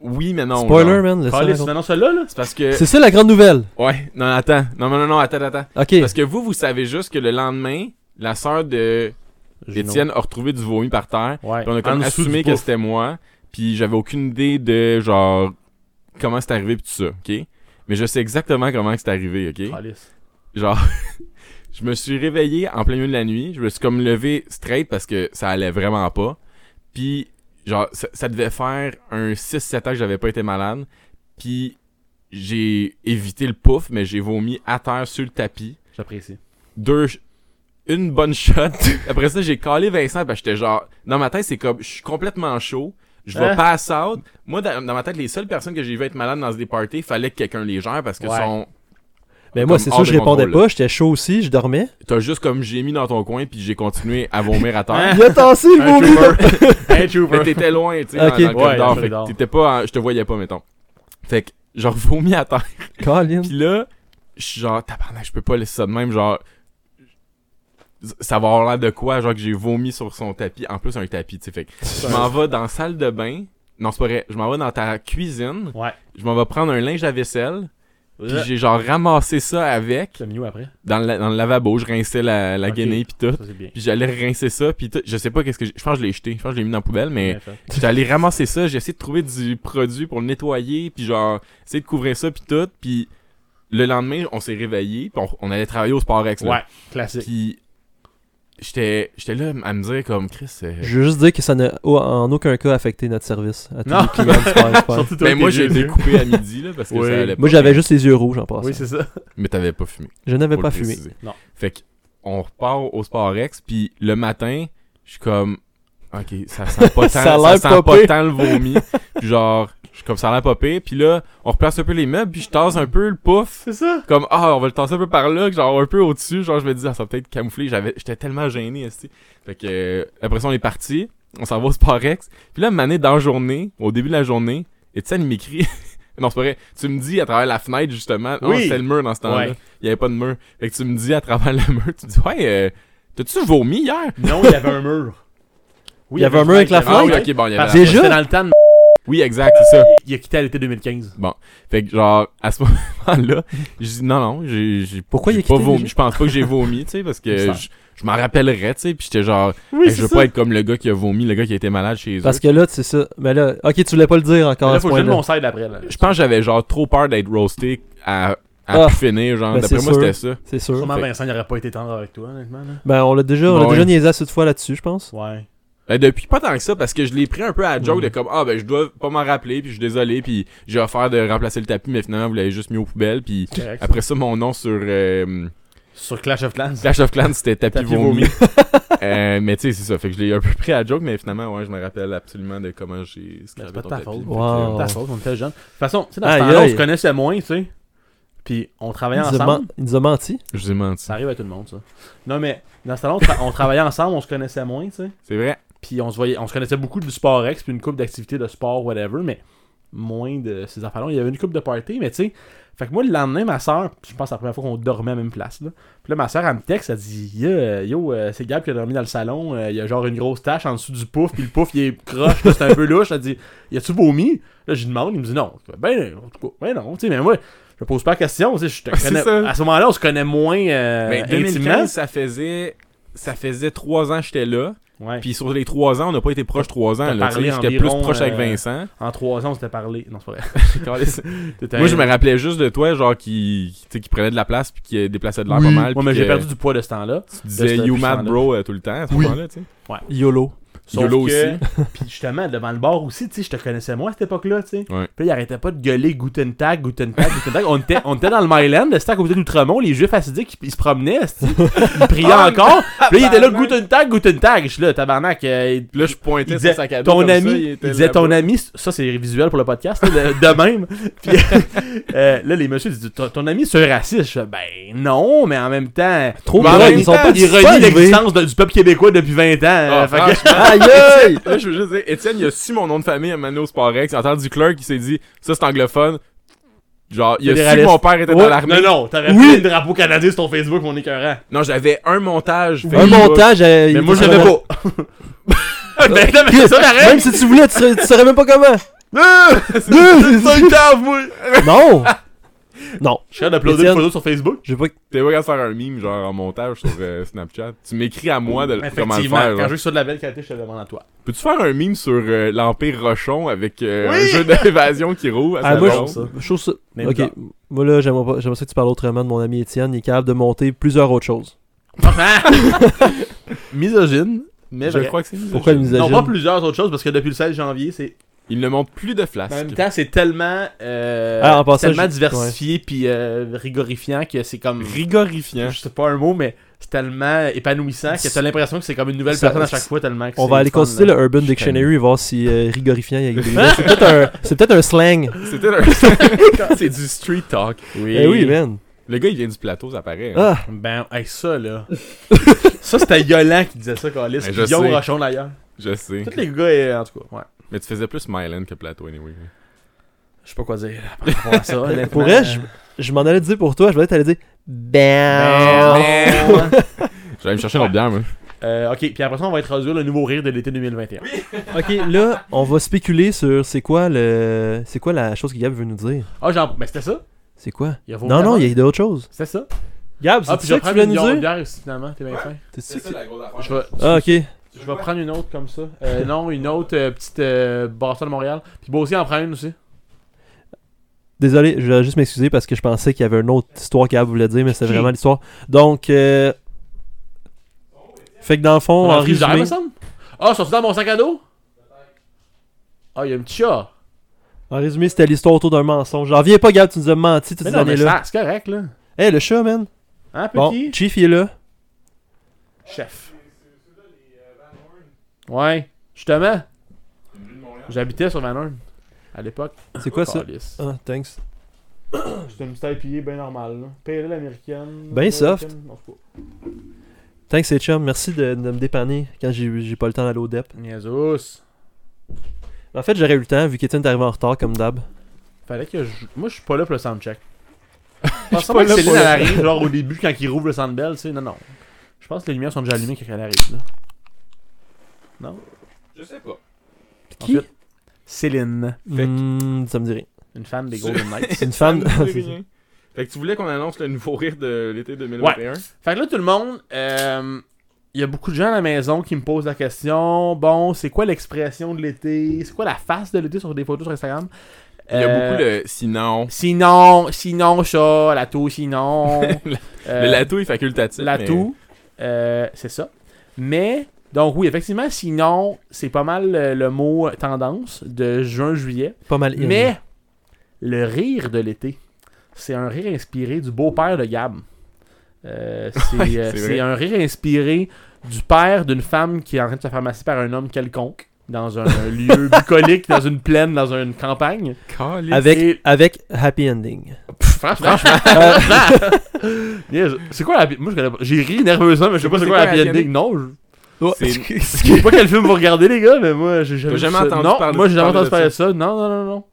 Oui, mais non.
Spoiler,
genre.
man. laisse ça
Calice,
raconter.
non, non, celle-là, là.
C'est parce que
C'est ça la grande nouvelle.
Ouais, non, attends. Non, non, non, non, attends, attends.
Ok.
Parce que vous, vous savez juste que le lendemain, la sœur de Étienne a retrouvé du vomi par terre.
Ouais.
Puis on a comme
En dessous
assumé
du
que
pouf.
c'était moi. Puis j'avais aucune idée de, genre, comment c'est arrivé pis tout ça, ok? Mais je sais exactement comment c'est arrivé, ok?
Calice.
Genre, je me suis réveillé en plein milieu de la nuit. Je me suis comme levé straight parce que ça allait vraiment pas. Puis, genre, ça, ça devait faire un 6-7 ans que j'avais pas été malade. Puis, j'ai évité le pouf, mais j'ai vomi à terre sur le tapis.
J'apprécie.
Deux, une bonne shot. Après ça, j'ai calé Vincent parce que j'étais genre. Dans ma tête, c'est comme je suis complètement chaud. Je vais
Hein?
pass out. Moi, dans, dans ma tête, les seules personnes que j'ai vu être malades dans des parties, fallait que quelqu'un les gère parce que
Ouais.
sont.
Mais Ben, moi,
comme
c'est
hors
sûr, je
de
répondais
contrôle,
pas. J'étais chaud aussi, je dormais.
T'as juste comme j'ai mis dans ton coin puis j'ai continué à vomir à terre.
Il a tassé le
Un
vomi.
trooper.
Hey,
Mais
Trooper.
t'étais loin, tu sais,
Ok.
dans, dans le
Ouais,
corridor.
dans
Fait
le
que
corridor.
t'étais pas. en- Je te voyais pas, mettons. Fait que, genre, vomi à terre.
Colin.
Pis là, je suis genre, tabarnak, je peux pas laisser ça de même, genre. Ça va avoir l'air de quoi, genre que j'ai vomi sur son tapis, en plus un tapis, tu sais. Fait que je m'en vais dans la salle de bain. Non, c'est pas vrai. Je m'en vais dans ta cuisine.
Ouais.
Je m'en vais prendre un linge à vaisselle. Puis j'ai genre ramassé ça avec.
C'est mieux après.
Dans le, la- dans le lavabo, je rinçais la, la
Ok.
guenille pis tout.
Ça, c'est bien.
Puis j'allais rincer ça, puis tout. Je sais pas qu'est-ce que j'ai. Je pense que je l'ai jeté. Je pense que je l'ai mis dans la poubelle, mais
Bien fait.
j'étais allé ramasser ça, j'ai essayé de trouver du produit pour le nettoyer, puis genre, essayer de couvrir ça, puis tout. Puis le lendemain, on s'est réveillé, puis on, on allait travailler au Sport Ex. là.
Ouais, classique.
Puis j'étais j'étais là à me dire comme Chris. euh,
Je veux juste dire que ça n'a au- en aucun cas affecté notre service. À tous
Non.
les clients du Sport Expert.
Surtout
Ben
toi avec
moi
tes
j'ai
vieux
été
yeux.
coupé à midi là parce que
Oui.
ça allait pas.
Moi, j'avais juste les yeux rouges en passant.
Oui, c'est ça.
Mais t'avais pas fumé.
je n'avais
faut
pas
le
fumé.
préciser.
Non.
Fait que on repart au Sport Ex, puis le matin, je suis comme OK, ça sent pas tant,
Ça a
ça
l'air
sent
pas
pas
pire.
tant le vomi. Puis genre, je suis comme ça a l'air pas pire, puis là, on replace un peu les meubles, puis je tasse un peu le pouf.
C'est ça.
Comme ah, on va le tasser un peu par là, que genre un peu au-dessus, genre je me dis ah, ça va peut-être camoufler, j'avais j'étais tellement gêné esti. Fait que euh, après ça on est parti, on s'en va au Sport Ex. Puis là, mané dans la journée, au début de la journée, et tu sais elle m'écrit Non, c'est pas vrai. Tu me dis à travers la fenêtre, justement. Oui.
Oui.
c'était le mur dans ce temps-là.
Ouais.
Il y avait pas de mur. Fait que tu me dis à travers le mur, tu me dis, ouais, euh, t'as-tu vomi hier?
Non, il y avait un mur. Oui,
Il y avait un mur avec la
Ah oui,
fenêtre?
ok, bon, il y avait
Parce
la-
que
Déjà?
c'était dans le temps de...
Oui, exact, c'est ça.
Il a quitté à l'été 2015.
Fait que, genre, à ce moment-là, je dis, non, non, j'ai, j'ai
Pourquoi
j'ai
il a
pas
quitté
vomi.
déjà?
Je pense pas que j'ai vomi, tu sais, parce que
Ça.
je, je m'en rappellerais, tu sais. Puis j'étais genre,
Oui,
Hey, je veux pas être comme le gars qui a vomi, le gars qui a été malade chez eux.
Parce que là, c'est ça. Mais là, ok, tu voulais pas le dire encore
Là,
à ce
faut que je donne
point-là.
mon side après. Là.
Je pense que j'avais, genre, trop peur d'être roasté à, à
Ah.
plus finir, genre.
Ben,
D'après
c'est
moi,
sûr.
c'était ça.
C'est sûr.
Sûrement
Fait-
Vincent, il aurait pas été tendre avec toi, honnêtement. Là.
Ben, on l'a déjà, on l'a
Bon,
déjà
oui.
niaisé assez de fois là-dessus, je pense.
Ouais.
Ben, depuis pas tant que ça, parce que je l'ai pris un peu à la
Hmm.
joke de comme, ah, ben, je dois pas m'en rappeler, puis je suis désolé, puis j'ai offert de remplacer le tapis, mais finalement, vous l'avez juste mis aux poubelles, puis
C'est correct.
après ça, mon nom sur euh,
Sur Clash of Clans.
Clash of Clans, c'était tapis,
Tapis
vomi.
vomi.
Euh, mais tu sais, c'est ça, fait que je l'ai un peu pris à la joke, mais finalement, ouais, je me rappelle absolument de comment j'ai
Ben, C'est
scrapé
pas
ton
de ta
tapis.
faute.
Wow.
C'est pas de ta faute, on était jeunes. De toute façon, tu sais, dans ce
Aïe,
temps-là, on
aïe.
se connaissait moins, tu sais. Puis on travaillait
Il nous a
ensemble.
men- il nous a menti.
Je vous ai menti.
Ça arrive à tout le monde, ça. Non, mais dans ce temps-là, on, tra- on travaillait ensemble, on se connaissait moins, tu sais.
C'est vrai.
Puis on se voyait, on se connaissait beaucoup du sport ex, puis une coupe d'activités de sport, whatever, mais moins de ces affaires-là. Il y avait une coupe de party, mais tu sais. Fait que moi, le lendemain, ma soeur, je pense que c'est la première fois qu'on dormait à la même place, là. Puis là, ma soeur, elle me texte, elle dit Yo, yo euh, c'est Gab qui a dormi dans le salon, euh, il y a genre une grosse tache en dessous du pouf, puis le pouf, il est croche, là, c'est un peu louche. Elle dit Y a-tu vomi Là, je lui demande, il me dit non. Je fais, Ben, en tout cas, ben non, tu sais, mais moi. Je pose pas la question, tu sais, je te
C'est
connais-
ça.
À ce moment-là, on se connaît moins euh,
Mais
intimement.
2015, ça faisait, ça faisait trois ans que j'étais là,
Ouais.
puis sur les trois ans, on n'a pas été proche trois ans,
T'as
là, tu sais,
parlé
j'étais plus
environ,
proche avec
euh,
Vincent.
En trois ans, on s'était parlé. Non, c'est pas vrai. T'étais-
Moi, je me rappelais juste de toi, genre, qui, qui, tu sais, qui prenait de la place puis qui euh, déplaçait de l'air
Oui.
pas mal.
Ouais,
puis
mais j'ai
que
perdu du poids de ce temps-là.
Tu disais
de ce
You Mad
puissant-là.
Bro euh, tout le temps à ce
Oui.
moment-là, tu sais.
YOLO.
Sauf
YOLO
que- Puis justement, devant le bar aussi, tu sais, je te connaissais moi à cette époque-là, tu sais.
Ouais.
Puis il arrêtait pas de gueuler Guten Tag, Guten Tag, Guten Tag. On était, on était dans le Myland, le stack au côté d'Outremont, les juifs acidiques, ils, ils se promenaient, esti. ils priaient encore. Puis là, il était là, Guten Tag, Guten Tag. Je suis là, tabarnak. euh, il-
Puis là, je pointais sur
il disait,
sa cabine.
ton
comme ça,
ami,
il
il,
était
disait
là-bas.
ton ami, ça c'est visuel pour le podcast, là, de, de même. Puis euh, là, les messieurs disent, ton, ton ami, c'est un raciste. Je fais, ben non, mais en même temps,
Trop
Mais en
drôle,
même
ils sont
temps,
pas
il
pas
renie
arrivés.
l'existence de- du peuple québécois depuis 20 ans. euh,
Ah,
fait que-
franchement,
Aïe aïe!
Là, je veux juste dire, Étienne, il a su mon nom de famille à Mano Sporex. Il a entendu Clark, il s'est dit, ça c'est anglophone. Genre, il a su que
Fédéraliste.
mon père était dans
Ouais.
l'armée.
Non, non, t'aurais
Oui.
pris le drapeau canadien sur ton Facebook, mon écœurant.
Non, j'avais un montage.
Un
Facebook.
montage. euh,
Mais
il-
moi,
il-
je l'avais pas. mais non, mais c'est ça la
Même
règle.
si tu voulais, tu serais- tu saurais même pas comment.
C'est une cave, moi.
Non! Non.
Je suis en train d'uploader une
Étienne.
photo sur Facebook.
J'ai pas.
T'es pas capable de faire un meme, genre, en montage sur euh, Snapchat. Tu m'écris à moi de comment le faire.
quand
genre.
je suis sur de la belle qualité, je te le demande à toi.
Peux-tu faire un meme sur euh, l'Empire Rochon avec euh,
Oui!
un jeu d'évasion qui roule à
Ah,
sa
moi,
blonde?
ça.
je, je trouve ça.
Mais
ok.
bizarre.
Moi, là, j'aimerais pas- j'aimerais ça que tu parles autrement de mon ami Étienne. Il est capable de monter plusieurs autres choses.
Misogyne. Mais
Je
vrai.
crois que c'est misogyne.
Pourquoi il nous
Non, pas
a
plusieurs autres choses, parce que depuis le 16 janvier, c'est.
Il ne monte plus de
En
flasque.
même temps, c'est tellement. euh,
Ah, en passant,
tellement
je-
diversifié puis euh, rigorifiant que c'est comme.
Rigorifiant.
Je sais pas un mot, mais c'est tellement épanouissant que t'as l'impression que c'est comme une nouvelle
Ça-
personne à chaque fois tellement que
On
c'est
va aller
le fun,
consulter
là.
le Urban
Je suis
Dictionary et voir si euh, rigorifiant il y a quelque chose. C'est peut-être un, c'est peut-être un slang.
C'était un- C'est du street talk.
Oui.
Eh oui, man.
Le gars, il vient du plateau, ça paraît. hein.
Ah,
Ben, hey, ça, là. ça, c'était Yolan qui disait ça, Calis.
Ben, je
Guillaume
sais.
Rochon, d'ailleurs.
Je sais.
Tous les gars, euh, en tout cas, ouais.
Mais tu faisais plus Myland que plateau, anyway.
Je sais pas quoi dire par rapport à ça. honnêtement.
Pourrais-je? je m'en allais dire pour toi, je voulais t'aller dire BAM.
Euh,
J'allais me chercher notre bière, moi.
euh, ok, puis après ça, on va introduire le nouveau rire de l'été 2021.
Ok, là, on va spéculer sur c'est quoi le, c'est quoi la chose que Gab veut nous dire.
Ah, genre, mais c'était ça
C'est quoi?
Il y a vos
Non, non,
parents.
il y a d'autres choses.
C'était ça
Gab, c'est
Ah, puis je
ça
vais
que tu
prendre
voulais
une
nous
bière-
dire?
bière aussi, finalement, t'es bien fin.
T'es sûr que-
la grosse affaire.
Je vais,
Ah, ok.
je vais prendre une autre comme ça. Euh, non, une autre euh, petite euh, Boston de Montréal. Puis Bossy en prend une aussi.
Désolé, je voulais juste m'excuser parce que je pensais qu'il y avait une autre histoire qu'Ab voulait dire, mais c'était vraiment l'histoire. Donc, euh... fait que dans le fond,
On
Oh, en
a pris
résumé...
me semble. Ah, sont-ils dans mon sac à dos Ah, il y a un petit chat.
En résumé, c'était l'histoire autour d'un mensonge. J'en viens pas, Gab, tu nous as menti toutes
Mais
ces
non, mais
années-là.
ça, c'est correct, là.
Eh, le chat, man.
Hein,
Bon,
petit
Chief, il est là.
Chef. Ouais, justement. J'habitais sur Van Horn à l'époque.
C'est quoi ça?
Calisse.
Ah, thanks.
C'était une petite IPA bien normale. là. PLL américaine.
Ben soft.
américaine, en tout
Thanks, les chums. Merci de, de me dépanner quand j'ai j'ai pas le temps d'aller au DEP.
cas. Niazous.
En fait, j'aurais eu le temps, vu qu'Étienne est arrivé en retard, comme d'hab.
Fallait que je. Moi, je suis pas là pour le soundcheck. Je
suis
pense
pas
pas que
là
Céline
pour
elle
le-
arrive, genre au début, quand il rouvre le sandbell, tu sais. Non, non. Je pense que les lumières sont déjà allumées quand elle arrive, là.
Je sais pas.
Qui?
Ensuite, Céline.
fait-
Hmm, ça me dirait.
Une fan des Golden Knights.
Une femme.
Ça me dit rien. Fait que tu voulais qu'on annonce le nouveau rire de l'été 2021?
Fait que là, tout le monde, euh, il y a beaucoup de gens à la maison qui me posent la question bon, c'est quoi l'expression de l'été C'est quoi la face de l'été sur des photos sur Instagram
Il y a
Euh,
beaucoup de sinon.
Sinon, sinon, ça, la toux, sinon. euh,
Le lato est facultatif.
la
mais-
toux, euh, c'est ça. Mais, donc oui, effectivement, sinon, c'est pas mal euh, le mot tendance de juin-juillet.
Pas mal. ironique.
Mais le rire de l'été, c'est un rire inspiré du beau-père de Gab. Euh, c'est
Ouais,
euh,
c'est
c'est
vrai.
un rire inspiré du père d'une femme qui est en train de se faire masser par un homme quelconque dans un lieu bucolique, dans une plaine, dans une campagne.
Caliste.
Avec,
c'est-
avec Happy Ending.
Pff, fran- franchement, franchement. Yeah, je- c'est quoi la Moi, je connais pas. J'ai ri nerveusement, mais je sais pas c'est quoi la
happy
ending. Non, je-
C'est-
Je sais pas quel film vous regardez, les gars, mais moi, j'ai jamais,
T'as jamais
vu ça.
entendu
non,
parler-
moi, j'ai jamais
parler
entendu
de
parler de ça. Non, non, non, non.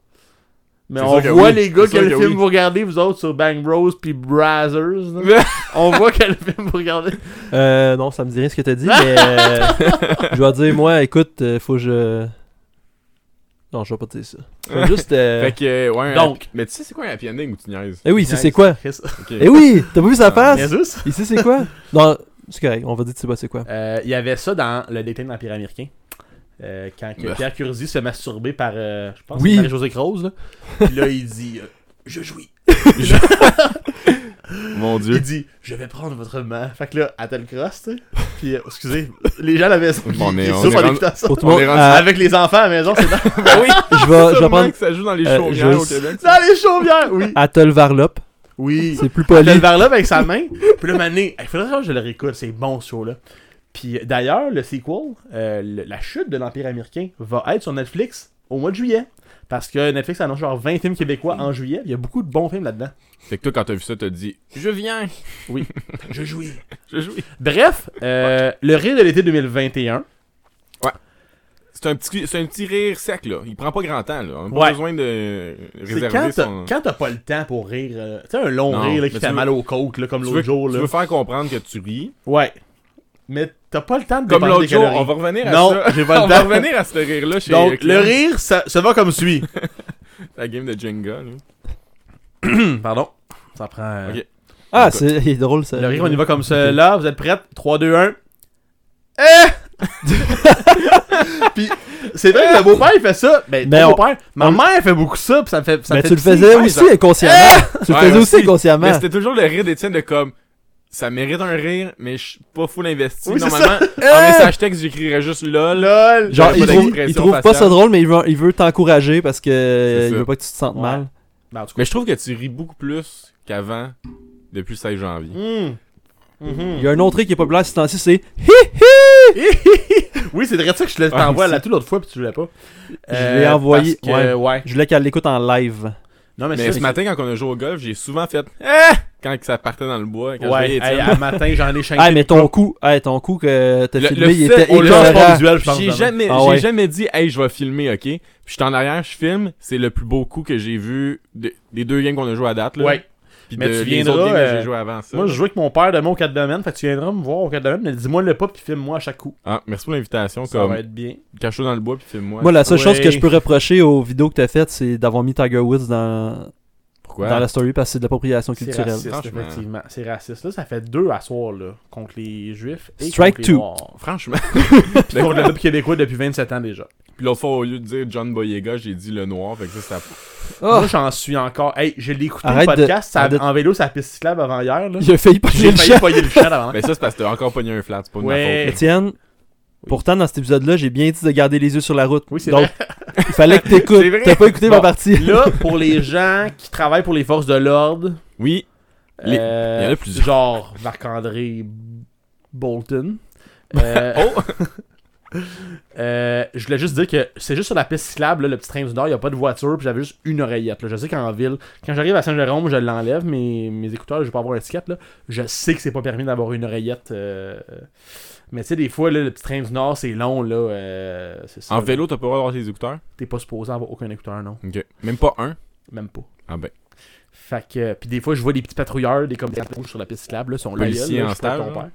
Mais
C'est
on
sûr que
voit,
oui.
les gars,
C'est sûr
quel
que
film
oui.
vous regardez, vous autres, sur Bang Bros puis Brazzers. là. on voit quel film vous regardez.
Euh, non, ça me dit rien ce que t'as dit, mais euh, je dois dire, moi, écoute, euh, faut que je. Non, je vais pas te dire ça. Je vais juste. euh,
Fait que, euh, ouais. un
Donc.
happy- Mais tu sais, c'est quoi un happy ending ou tu niaises?
Eh oui, ici c'est quoi
Chris.
Ok.
Eh oui, t'as pas vu sa
Ah,
face
Jesus.
Ici c'est quoi Non, c'est correct, on va dire, tu sais pas c'est quoi.
Euh, Il y avait ça dans Le déclin de l'Empire américain. Euh, quand que
Bah.
Pierre Curzi se masturbait par, euh, je pense,
Oui.
par José Croze. Là. Puis là, il dit euh, Je jouis.
Mon
Il
dieu.
dit Je vais prendre votre main. Fait que là, à telle crosse, tu sais. Puis, euh, excusez, les gens à la maison.
On
ils-
est-
ils
on
sont
est
en
rendu-
écoutant ça.
Pour tout
on
le monde,
est rendu-
euh,
Avec les enfants à la maison, c'est dans,
Ben oui!
Ah, je vais, je vais
Sûrement
prendre
que ça joue dans les
euh,
chaumières au
juste-
Québec.
dans les chaumières. Oui.
Atoll Varlop,
Oui.
c'est plus
Le
poli.
verre là avec sa main. Puis là, Mané, il faudrait que je le réécoute. C'est bon ce show-là. Puis euh, d'ailleurs, le sequel, euh, le- La chute de l'Empire américain, va être sur Netflix au mois de juillet. Parce que Netflix annonce genre 20 films québécois en juillet. Il y a beaucoup de bons films là-dedans.
Fait que toi, quand t'as vu ça, t'as dit Je viens!
Je jouis.
Je joue!
Bref, euh, le rire de l'été 2021.
C'est un petit, c'est un petit rire sec, là. Il prend pas grand temps, là. On a pas
Ouais.
besoin de
C'est quand
réserver
t'as
son...
quand t'as pas le temps pour rire. euh, tu sais, un long
Non,
rire là, qui
mais
fait
tu
mal
veux-
au côte, là, comme
Tu
l'autre
veux,
jour.
tu
Là.
veux faire comprendre que tu ris.
Ouais. Mais t'as pas le temps de
Comme
dépenser
l'autre
des
jour,
calories.
on va revenir à
Non,
ça.
j'ai pas le
on va
temps.
revenir à ce rire-là chez
Donc, le
Claire,
rire, ça, ça va comme suit.
La game de Jenga, là.
Pardon. Ça prend. euh,
Ok.
Ah, c'est il est drôle ça.
Le rire, on y va comme ça. Là, vous êtes prêtes 3, 2, 1. Eh! Puis, c'est vrai que le beau-père, il fait ça. Ben,
Mais
ton
on-
beau-père. Ma mère, elle fait beaucoup ça. Puis ça me fait. Ça me
Mais
fait
tu le
pitié.
faisais
Ouais,
aussi inconsciemment. Tu le
Ouais,
faisais aussi
aussi. Mais
inconsciemment.
c'était toujours le rire d'Étienne de comme ça mérite un rire, mais je suis pas full investi.
Oui, c'est
Normalement, en message texte, j'écrirais juste
ça.
lol.
Lol.
Euh! Genre,
j'avais
il
pas
trouve,
d'expression
il trouve pas ça
faciale.
drôle, mais il veut, il veut t'encourager parce que euh,
C'est
il
ça.
veut pas que tu te sentes
Ouais.
mal.
Ben, en tout cas.
Mais je trouve que tu ris beaucoup plus qu'avant depuis le 16 janvier.
Hmm. Mhm.
Il y a un autre truc qui est populaire ces temps-ci, c'est
Oui, Ah, c'est vrai ça que je te t'envoie là tout l'autre fois puis tu voulais pas. Euh,
Je l'ai envoyé,
parce que- ouais.
Je voulais qu'elle l'écoute en live.
Non mais,
Mais
ça,
ce matin, quand on a joué au golf, j'ai souvent fait Ah! quand que ça partait dans le bois. Quand je
Ouais,
voyais
hey,
Étienne.
à matin, j'en ai
Ah,
changé.
mais ton coup, hey, ton coup que t'as
Le-
filmé,
le
il
fait-
était
on l'a
écœurant.
visuel, je pense.
J'ai
vraiment.
jamais,
Ah
j'ai
ouais.
jamais dit, hey, je vais filmer, ok? Puis je suis en arrière, je filme. C'est le plus beau coup que j'ai vu de- des deux games qu'on a joué à date. Là.
Ouais.
Puis
Mais
de-
tu
des
viendras,
autres games que
euh,
j'ai joué avant ça.
Moi, je jouais avec mon père demain au 4 domaines. Fait que tu viendras me voir au 4 domaines, mais dis-moi le pas puis filme-moi à chaque coup.
Ah, merci pour l'invitation.
Ça
Comme
va être bien.
cache-toi dans le bois, puis filme-moi.
Moi, la seule chose
Ouais.
que je peux reprocher aux vidéos que t'as faites, c'est d'avoir mis Tiger Woods dans,
Pourquoi?
dans la story parce que c'est de l'appropriation
C'est
culturelle.
raciste,
Franchement.
effectivement. C'est raciste. Là, ça fait deux à soir là, contre les Juifs et
Strike
contre les
two.
Noirs.
Franchement.
Puis contre le peuple québécois depuis 27 ans déjà.
Puis l'autre fois, au lieu de dire John Boyega, j'ai dit le noir. Fait que ça, ça...
Ah!
Moi, j'en suis encore. Hey, je l'ai écouté
Arrête
le
de-
podcast ça-
arrête de-
en vélo sur la piste cyclable avant hier. Là.
Il a failli parler
J'ai
le
failli
chat.
payer le chat avant.
Mais Ben ça, c'est parce que t'as encore pogné un flat. C'est pas de ma
Ouais.
faute.
Étienne, pourtant, dans cet épisode-là, j'ai bien dit de garder les yeux sur la route.
Oui, c'est
Donc, il fallait que t'écoutes.
C'est vrai.
T'as pas écouté
Bon.
ma partie.
Là, pour les gens qui travaillent pour les forces de l'ordre,
Oui. Les-
euh,
il y en a plusieurs.
Genre Marc-André Bolton. Euh,
Oh!
euh, je voulais juste dire que c'est juste sur la piste cyclable, là, le petit train du Nord, il n'y a pas de voiture, puis j'avais juste une oreillette. là. Je sais qu'en ville, quand j'arrive à Saint-Jérôme, je l'enlève, mes, mes écouteurs, je vais pas avoir un ticket. Là. Je sais que c'est pas permis d'avoir une oreillette. euh, Mais tu sais, des fois, là, le petit train du Nord, c'est long. là. euh, c'est ça,
En
là.
vélo, t'as pas le droit d'avoir tes écouteurs?
T'es pas supposé avoir aucun écouteur, non.
Ok. Même pas un?
Même pas.
Ah ben.
Fait que, puis des fois, je vois des petits patrouilleurs, des comme des rouges sur la piste cyclable, là, sont là,
Policiers
là,
en
je suis pas
stage,
ton
là.
père.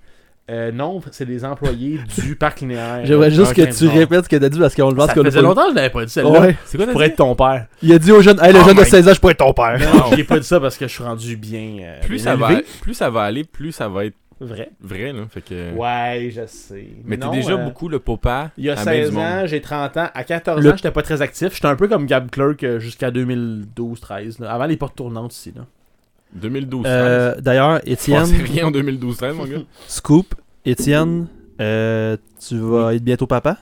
Euh, non, c'est des employés du parc linéaire.
J'aimerais juste
Ok,
que tu
bon.
répètes ce que t'as dit parce qu'on le voit
Ça
ce qu'on
faisait
a
longtemps que je l'avais pas dit
pas.
celle-là.
Ouais.
C'est quoi
Pour être ton père.
Il a dit au jeune, hey, le
Oh
jeune de
my-
16 ans, je pourrais être ton père.
Non, j'ai pas dit ça parce que je suis rendu bien. euh,
plus
bien
ça, va,
élevé.
plus ça va aller, plus ça va être
Vrai.
vrai, là. Fait que...
Ouais, je sais.
Mais t'es
Non,
déjà
euh,
beaucoup le papa.
Il y a
à main du
16
monde.
ans, j'ai 30 ans. À 14
Le-
ans, j'étais pas très actif. J'étais un peu comme Gab Clerk euh, jusqu'à 2012-13, là, avant les portes tournantes ici. Là.
2012.
Euh, D'ailleurs,
Tu pensais
Étienne,
rien en 2012-13, mon gars.
scoop, Étienne, euh, tu vas être bientôt papa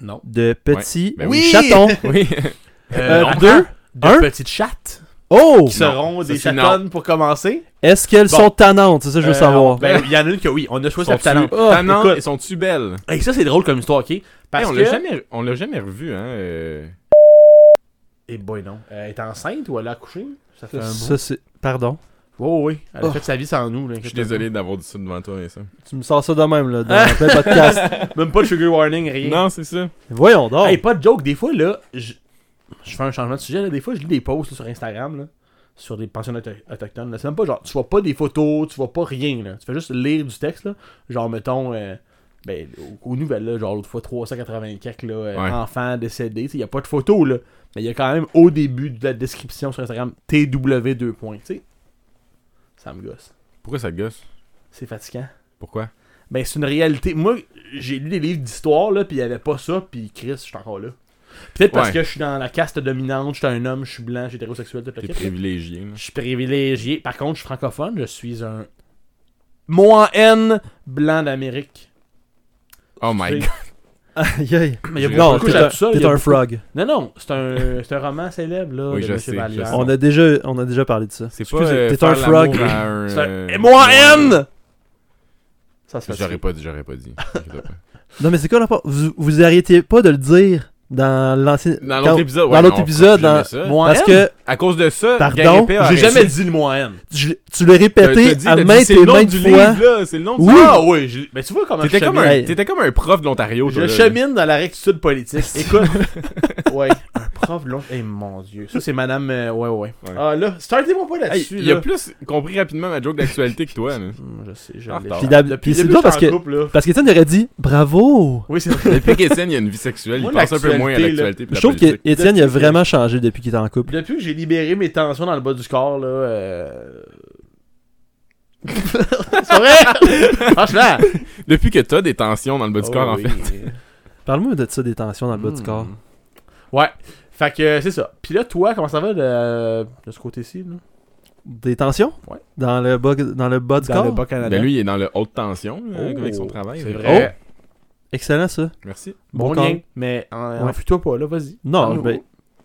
Non.
de petits
Ben
oui.
chatons.
Oui.
Euh,
non.
deux,
De
un.
petites chattes
Oh!
qui seront
ça,
des
c'est non.
chatonnes pour commencer.
Est-ce qu'elles
Bon.
sont tannantes? C'est ça que je veux
Euh,
savoir.
Ben, il y en a une que oui, on a choisi
Sont-tu
cette talent.
Oh,
tannantes
Ah, écoute.
et sont-tu belles?
Et ça, c'est drôle comme histoire, ok? Parce
Hey, on
que.
l'a jamais, on l'a jamais revu, hein. euh.
Eh boy, non. Euh, elle est enceinte ou elle a accouché? Ça fait un bout.
Ça, c'est. Pardon.
Oh, oui, elle a
Oh.
fait sa vie sans nous. là,
Je suis désolé d'avoir dit ça devant toi, mais ça.
Tu me sors ça de même, là, dans plein podcast.
Même pas de sugar warning, rien.
Non, c'est ça.
Voyons donc.
Hey, pas de joke, des fois, là, je je fais un changement de sujet, là, des fois, je lis des posts là, sur Instagram, là, sur des pensions auto- autochtones, là. c'est même pas genre, tu vois pas des photos, tu vois pas rien, là. tu fais juste lire du texte, là. genre, mettons, euh, ben, aux, aux nouvelles, là, genre, l'autre fois, 384, là, euh,
Ouais.
enfants décédés, il y a pas de photo, là, mais il y a quand même, au début de la description sur Instagram, TW2 points, tu sais, ça me gosse,
Pourquoi ça te gosse?
c'est fatigant.
Pourquoi?
Ben, c'est une réalité. Moi, j'ai lu des livres d'histoire, là, puis il n'y avait pas ça, puis Chris, je suis encore là. Peut-être parce
Ouais.
que je suis dans la caste dominante, je suis un homme, je suis blanc, je suis hétérosexuel, tout
T'es
le kit, là.
privilégié, là.
Je suis privilégié. Par contre, je suis francophone, je suis un. Moi en haine, blanc d'Amérique.
Oh my
Tu
god.
sais.
Aïe, aïe.
Mais il y a
J'ai
Non,
beaucoup
t'es
de couches
un,
à tout ça.
t'es
il y a
un
beaucoup-
frog.
Non, non, c'est un, c'est un roman célèbre, là,
Oui,
de
je
M.
sais, je
Vallière.
sais.
On a déjà, on a déjà parlé de ça.
C'est pas.
Excusez,
euh,
t'es un
faire l'amour
frog.
à un,
C'est un-
euh,
Et moi en haine! Ça se fait
J'aurais pas dit, j'aurais pas dit. T'inquiète pas.
Non, mais c'est quoi rapport? Vous, vous arrêtez pas de le dire dans l'ancien.
Dans
quand-
l'autre épisode, ouais,
dans l'autre
non,
épisode,
jamais
dans-
ça.
Moi en
Parce
haine?
que
À cause de ça,
Pardon,
Garipé a
J'ai
arrêté.
jamais dit le moi en haine.
tu, tu l'as
T'as- t'as
répété
dit-
à
t'as dit,
maintes
c'est
et
le nom
maintes
du
fois.
livre, là, c'est le nom du
Oui.
Ah oui, je- mais tu vois comment
T'étais
je
comme,
chemine.
un,
Hey.
t'étais comme un prof de l'Ontario, toi, là.
Je chemine dans la rectitude politique. Écoute, ouais, un prof long. Eh mon dieu, ça c'est madame. euh, ouais, ouais.
Ouais.
Ah là, startez-moi pas
Hey,
là-dessus.
il a
là.
plus compris rapidement ma joke d'actualité que toi. là.
Hum, Je sais, je
Ah,
l'ai.
retard.
Puis d'hab-
Depuis
puis
le
c'est
début,
drôle
je
parce
suis
que-
en couple, là.
Parce qu'Étienne aurait dit bravo.
Oui, c'est vrai.
Depuis qu'Étienne, il y a une vie sexuelle,
Moi,
il pense un peu
l'actualité,
moins à
là,
l'actualité.
Je
puis la
trouve
politique.
qu'Étienne il a
Depuis-
vraiment changé depuis qu'il est en couple.
Depuis que j'ai libéré mes tensions dans le bas du corps, là. euh, c'est vrai! Franchement! Ah
Depuis que t'as des tensions dans le bas du corps, en fait.
Parle-moi de ça, des tensions dans le bas du corps.
Hmm. Ouais. Fait que euh, c'est ça. Puis là, toi, comment ça va de, de ce côté-ci? là?
Des tensions?
Ouais.
Dans le bas, dans le bas du
Dans
corps?
le bas Canada.
Ben lui, il est dans le haute tension là,
Oh,
avec son travail.
c'est
là.
vrai.
Excellent ça.
Merci.
Bon,
Bon
lien.
camp.
Mais en,
Ouais.
toi pas, là, vas-y.
Non,
Parle-nous.
ben,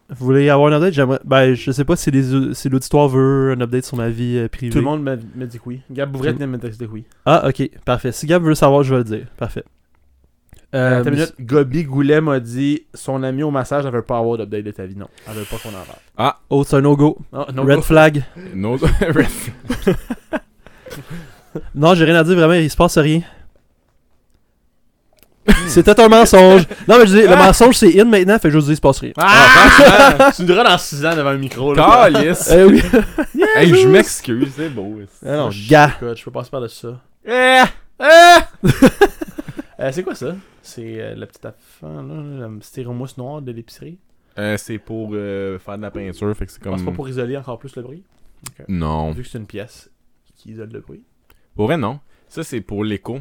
Vous voulez avoir un update J'aimerais. Ben, je sais pas si, les- si l'auditoire veut un update sur ma vie euh, privée.
Tout le monde me, me dit que oui. Gab Bouvret venait de me texter que oui.
Ah, ok, parfait. Si Gab veut le savoir, je vais le dire. Parfait. Euh,
Attends une minute. Gobi Goulet m'a dit son ami au massage, elle veut pas avoir d'update de ta vie. Non, elle veut pas qu'on en parle.
Oh, c'est un no-go.
Non, non,
Red
go.
flag.
No- Red-
Non, j'ai rien à dire vraiment, il se passe rien. C'était un mensonge. Non, mais je dis, le mensonge c'est in maintenant, fait que je vous dis, il se passe rien.
Ah! tu me diras dans 6 ans devant un micro. Là.
Calice.
Eh oui.
Hey, je m'excuse, c'est beau.
Ah non,
Je-
gars.
écoute, je peux passer par-dessus ça.
Eh!
Euh, c'est quoi ça? C'est euh, la petite affaire, là, la styromousse noire de l'épicerie.
Euh, c'est pour euh, faire de la peinture, fait que Ah, c'est
Je pense
Mm.
comme.
pas pour isoler encore plus le bruit,
Non.
vu que c'est une pièce qui isole le bruit.
Pour vrai, non. Ça, c'est pour l'écho.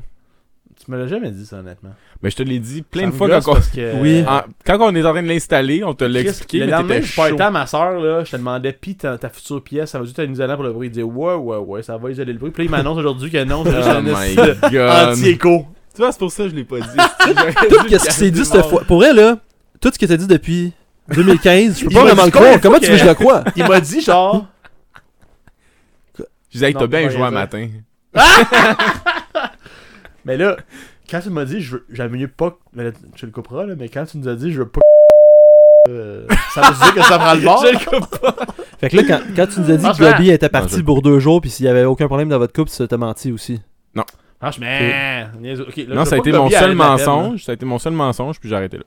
Tu me l'as jamais dit, ça, honnêtement.
Mais je te l'ai dit plein
Ça
de
me
fois
gosse
quand on...
parce que-
Oui.
Ah, quand on est en train de l'installer, on te l'a
Chris,
expliqué,
le
mais
lendemain,
t'étais
je partais
chaud.
à ma soeur, là, je te demandais, pis ta, ta future pièce, ça va juste être isolant pour le bruit. Il disait, ouais, ouais, ouais, ça va isoler le bruit. Puis là, il m'annonce aujourd'hui que non, c'est juste
Oh
un
my
esti
god.
anti-écho.
Tu vois, c'est pour ça que je l'ai pas dit.
Tout ce qui s'est dit cette fois. Pour vrai, là, tout ce que t'as dit depuis 2015, je peux
Il
pas
m'a
vraiment
dit
le croire.
combien
Comment
de
tu veux que je le croie
Il m'a dit, genre,
Je disais, hey,
Non,
t'as bien
pas
joué un
raison.
matin.
mais là, quand tu m'as dit, je veux- j'aime mieux pas. que- Mais là, tu le couperas, là, mais quand tu nous as dit, je veux pas. euh, ça veut dire que ça prend le bord.
Fait que là, quand, quand tu nous as dit que
Franchement.
Bobby était
Non,
parti
je-
pour deux jours, puis s'il y avait aucun problème dans votre couple, ça t'a menti aussi.
Franchement, niaise- ok, là, je
non,
veux
ça
pas
a été
que
mon
Bobby
seul
arrête la peine, hein. là.
mensonge. Ça a été mon seul mensonge, puis j'ai arrêté là.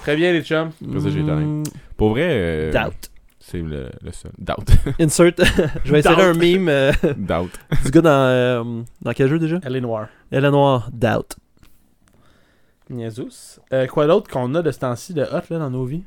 Très bien, les chums.
Après ça, j'ai été honnête. Pour vrai, euh,
Hmm, Doubt.
c'est le, le seul. Doubt.
Insert. je vais essayer
Doubt.
un meme euh,
Doubt.
du gars dans. euh, dans quel jeu déjà
Elle est noire.
Elle est noire. Doubt.
Niazous. Euh, quoi d'autre qu'on a de ce temps-ci de hot là, dans nos vies?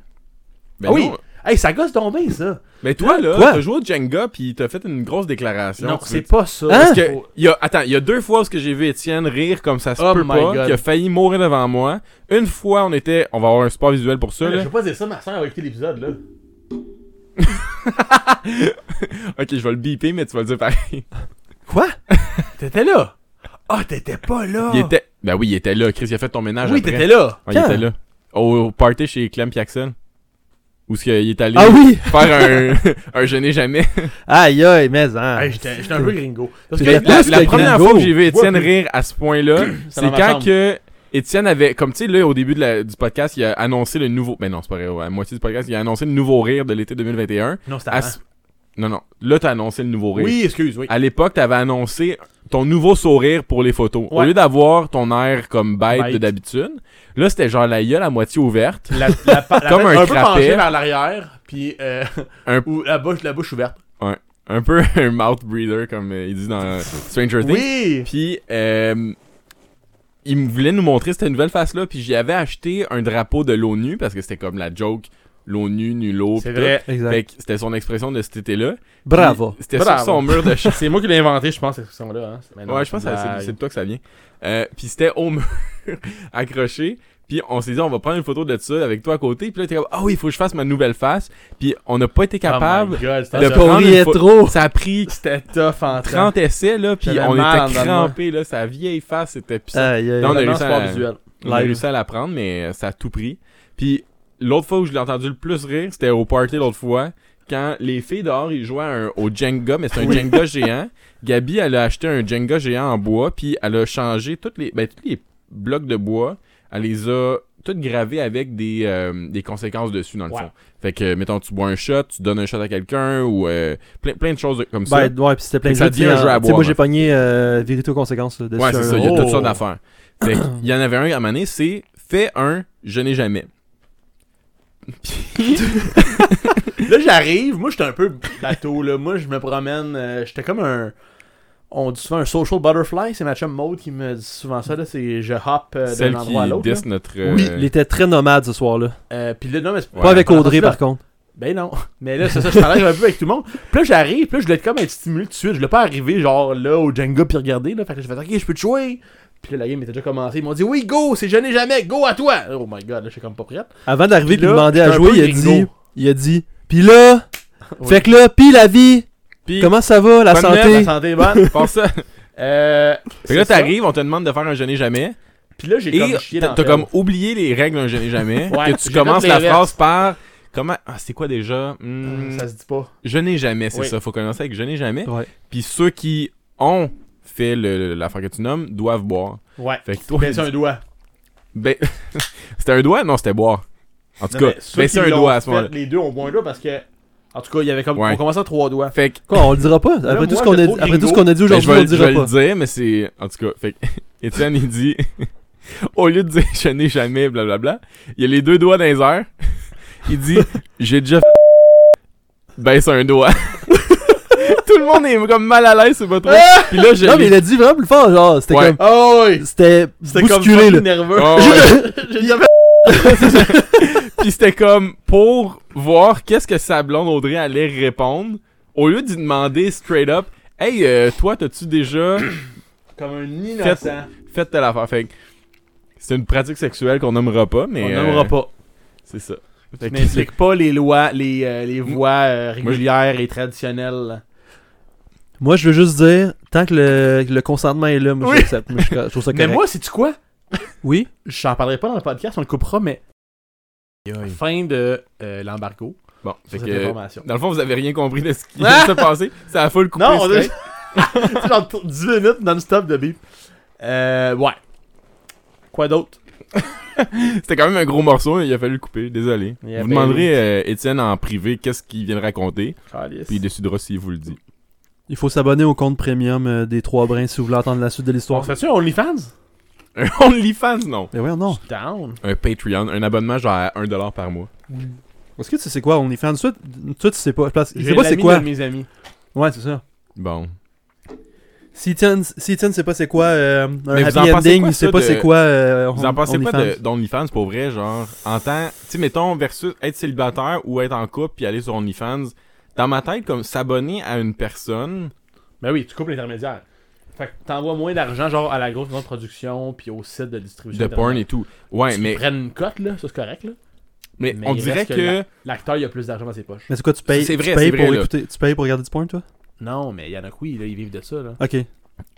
Ben
Ah oui!
non.
Hey, ça gosse donc bien, ça!
Mais toi, là,
Quoi?
t'as joué au Jenga, puis t'as fait une grosse déclaration.
non,
Tu
c'est
veux-
pas ça.
Hein?
Parce
Parce que,
Faut-
il y a, attends, il y a deux fois où ce que j'ai vu Étienne rire comme ça se
Oh
peut
my
pas,
God.
qui a failli mourir devant moi. Une fois, on était, on va avoir un sport visuel pour ça,
Là,
là.
Euh, je vais pas dire ça, ma soeur a écouté l'épisode, là.
Ok, je vais le biper, mais tu vas le dire pareil.
Quoi
T'étais là! Ah, t'étais pas là!
Il était, ben oui, il était là. Chris, il a fait ton ménage
Oui,
après.
t'étais là!
Ouais, il
Quand?
était là. Au, au party chez Clem pis Axel. Où ce qu'il est allé
Ah oui
faire un, un je n'ai jamais.
Aïe aïe, mais hein.
Hey, j'étais j'étais un peu gringo. Parce
C'est
que
la-
La,
Plus
la
que
première
Gringo.
fois que j'ai vu Étienne
Ouais, plus-
rire à ce point-là,
Ça
c'est
dans ma
quand
chambre.
que Étienne avait, comme tu sais, là, au début de la- du podcast, il a annoncé le nouveau, mais non, c'est pas vrai, ouais, à moitié du podcast, il a annoncé le nouveau rire de l'été 2021.
Non, c'était
À
avant.
ce- Non, non, là, t'as annoncé le nouveau rire.
Oui, excuse, oui.
À l'époque, t'avais annoncé ton nouveau sourire pour les photos. Au
Ouais.
lieu d'avoir ton air comme bête,
Bête.
de d'habitude, là, c'était genre la gueule à moitié ouverte.
La, la, pa- la
Comme
tête
un
peu
crapet.
penchée vers l'arrière, puis euh,
Un-
ou la bouche, la bouche ouverte.
Un peu un mouth breather, comme euh, il dit dans euh, Stranger Things.
Oui!
Puis, euh, il me voulait nous montrer cette nouvelle face-là. Puis, j'y avais acheté un drapeau de l'ONU parce que c'était comme la joke l'ONU, nullo.
C'est
pis
vrai.
tout.
Exact.
Fait que c'était son expression de cet été-là.
Bravo.
Puis, C'était sur
Bravo.
son mur de chez.
C'est moi qui l'ai inventé, je pense, cette expression-là. Hein. Oh Mais non,
Ouais, je pense que c'est-
blague.
c'est de toi que ça vient. Euh, puis, c'était au mur, accroché. Puis, on s'est dit, on va prendre une photo de ça avec toi à côté. Puis là, t'es comme, ah oui, il faut que je fasse ma nouvelle face. Puis, on n'a pas été
Oh
capable.
my God, c'était
de
tough.
prendre
Pour y
une
être
photo.
trop.
Ça a pris
C'était tough en 30
30 essais, là. Puis,
J'avais
on
mal
était
dans le noir.
crampés, là. Sa vieille face était pissante.
Aïe aïe.
Non, on a
Maintenant,
réussi
sport
à-
visuel.
On a
Live.
réussi à la prendre, mais euh, ça a tout pris. Puis l'autre fois où je l'ai entendu le plus rire, c'était au party l'autre fois, quand les filles dehors, ils jouaient à un- au Jenga, mais c'est un Jenga géant. Gabi, elle a acheté un Jenga géant en bois, puis elle a changé toutes les, ben, tous les blocs de bois, elle les a toutes gravés avec des, euh, des conséquences dessus, dans le
Ouais.
fond. Fait que, mettons, tu bois un shot, tu donnes un shot à quelqu'un, ou euh, plein, plein de choses comme ça.
Ben, ouais, puis c'était plein
Fait
de jeux,
que ça devient
tu sais,
un jeu
tu
à
sais,
boire,
Moi,
en
j'ai
fait.
pogné euh, vérité aux conséquences euh, dessus.
Ouais, c'est
un-
ça, il y a
Oh.
toutes sortes d'affaires. Fait que, il y en avait un à maner, c'est fais un je n'ai jamais.
Là, j'arrive. Moi, j'étais un peu bateau, là. Moi, je me promène. euh, j'étais comme un. On dit souvent un social butterfly. C'est ma chum Maude qui me dit souvent ça, là. C'est je hop euh, d'un
Celle qui
endroit à l'autre. là.
disse notre.
Oui,
euh,
il était très nomade ce soir-là.
Euh, puis là, non, mais c'est
Ouais.
Pas avec
pendant
Audrey,
ce temps-là,
par contre.
Ben non. Mais là, c'est ça, je parlais un peu avec tout le monde. Puis là, j'arrive, puis là, je voulais être comme être stimulé tout de suite. Je voulais pas arriver, genre, là, au Jenga, puis regarder, là. Fait que là, je fait, ok, je peux te jouer. Puis là, la game était déjà commencée. Ils m'ont dit, oui, go, c'est je n'ai jamais, go à toi. Oh my god, là, je suis comme pas prête.
Avant d'arriver
Puis
de lui
là,
demander à
j'étais un
jouer,
peu
il a dit.
gringo.
Il a dit. Pis là.
Oui.
Fait que là, pis la vie.
Pis-
Comment ça va, la
Bonne
La
santé?
santé est bonne.
Pense ça.
Euh.
Fait que là,
c'est ça.
t'arrives, on te demande de faire un je n'ai jamais.
Puis là, j'ai
Et
comme chié
t'as
dans
t'as
la pelle.
comme oublié les règles d'un je n'ai jamais.
Ouais,
que tu
j'ai
commences
fait les
la
restes.
phrase par Comment. Ah, c'est quoi déjà Hmm,
Ça se dit pas.
Je n'ai jamais, c'est
Oui.
ça. Faut commencer avec je n'ai jamais.
Ouais.
Puis ceux qui ont fait le- l'affaire que tu nommes doivent boire.
Ouais.
Fait que toi.
Baisser un doigt.
Ben, c'était un doigt Non, c'était boire. En tout
Non,
cas,
mais ceux
baisser
qui
un
l'ont
doigt à ce
fait,
moment-là.
Les deux ont moins un doigt parce que. En tout cas, il y avait comme.
Ouais.
On commençait à trois doigts.
Fait que.
Quoi, on le dira pas. Après,
Là,
tout, ce
moi,
qu'on
je
a,
le trouve
après tout ce
gringo.
qu'on a dit
Ben,
aujourd'hui,
je vais,
on
le-
le
je vais
dira
le
pas.
dire, mais c'est. En tout cas, fait que Étienne, il dit. Au lieu de dire je n'ai jamais, blablabla, il a les deux doigts dans les airs. Il dit j'ai déjà. fait- Baisse un doigt. Tout le monde est comme mal à l'aise, c'est pas trop. Puis là, je
Ah! Non, mais
l'ai-
il a dit vraiment plus fort, genre, c'était
Ouais.
comme.
Oh oui!
C'était
C'était comme
bousculé, là.
fucking nerveux.
Ah, ouais.
J'ai dit,
Puis c'était comme pour voir qu'est-ce que sa blonde Audrey allait répondre. Au lieu d'y demander straight up, hey, euh, toi, t'as-tu déjà
Comme un
innocent. fait telle affaire? Fait que c'est une pratique sexuelle qu'on nommera pas, mais.
On
euh,
n'aimera pas.
C'est ça. Fait
Tu
que-
n'impliques pas les lois, les, euh, les voies euh,
Moi, je-
régulières et traditionnelles.
Moi, je veux juste dire, tant que le, que le consentement est là, moi,
Oui.
j'accepte. Moi, je, je trouve ça
Mais
correct.
moi, c'est tu quoi?
Oui.
J'en parlerai pas dans le podcast, on le coupera, mais fin de euh, l'embargo.
Bon, fait
Cette
que, euh,
information.
dans le fond, vous avez rien compris de ce qui
Ah!
vient de se passer. Ça a full coupé.
Non, on a
straight.
C'est genre t- 10 minutes non-stop de bip. Euh, ouais. Quoi d'autre?
C'était quand même un gros morceau, il a fallu le couper. Désolé.
Yeah,
vous
ben
demanderez euh, Étienne en privé qu'est-ce qu'il vient de raconter, puis il décidera s'il vous le dit.
Il faut s'abonner au compte premium euh, des Trois Brins si vous voulez entendre la suite de
On
l'histoire.
se fait-tu un OnlyFans?
Un OnlyFans, non.
Mais ouais, non.
Je suis Down.
Un Patreon, un abonnement genre à 1$ par mois.
Est-ce que tu sais quoi, on est fan de suite? Toi, tu sais pas. Parce que Je
J'ai
sais pas c'est
l'ami
quoi.
de mes amis.
Ouais, c'est ça.
Bon.
Si Étienne si Étienne sait pas c'est quoi, euh, un
Mais vous
happy
en pensez
ending,
quoi,
il sait
ça,
pas
de-
c'est quoi. euh,
Vous
on-
en pensez pas
OnlyFans?
de- d'OnlyFans pour vrai, genre, en tant. Tu sais, mettons, versus être célibataire ou être en couple puis aller sur OnlyFans. Dans ma tête, comme s'abonner à une personne.
Ben oui, tu coupes l'intermédiaire. Fait que t'envoies moins d'argent genre à la grosse maison de production puis au site de distribution.
De porn et tout. Ouais,
Ils
mais,
prennent une cote, là, ça c'est correct, là.
mais,
mais
on
il
dirait
reste
que.
que L'acteur, il a plus d'argent dans ses poches.
Mais c'est quoi, tu payes,
C'est
tu
vrai,
payes
c'est
pour
vrai, là.
écouter, tu payes pour regarder du porn, toi?
Non, mais il y en a que oui, là, ils vivent de ça, là.
Ok.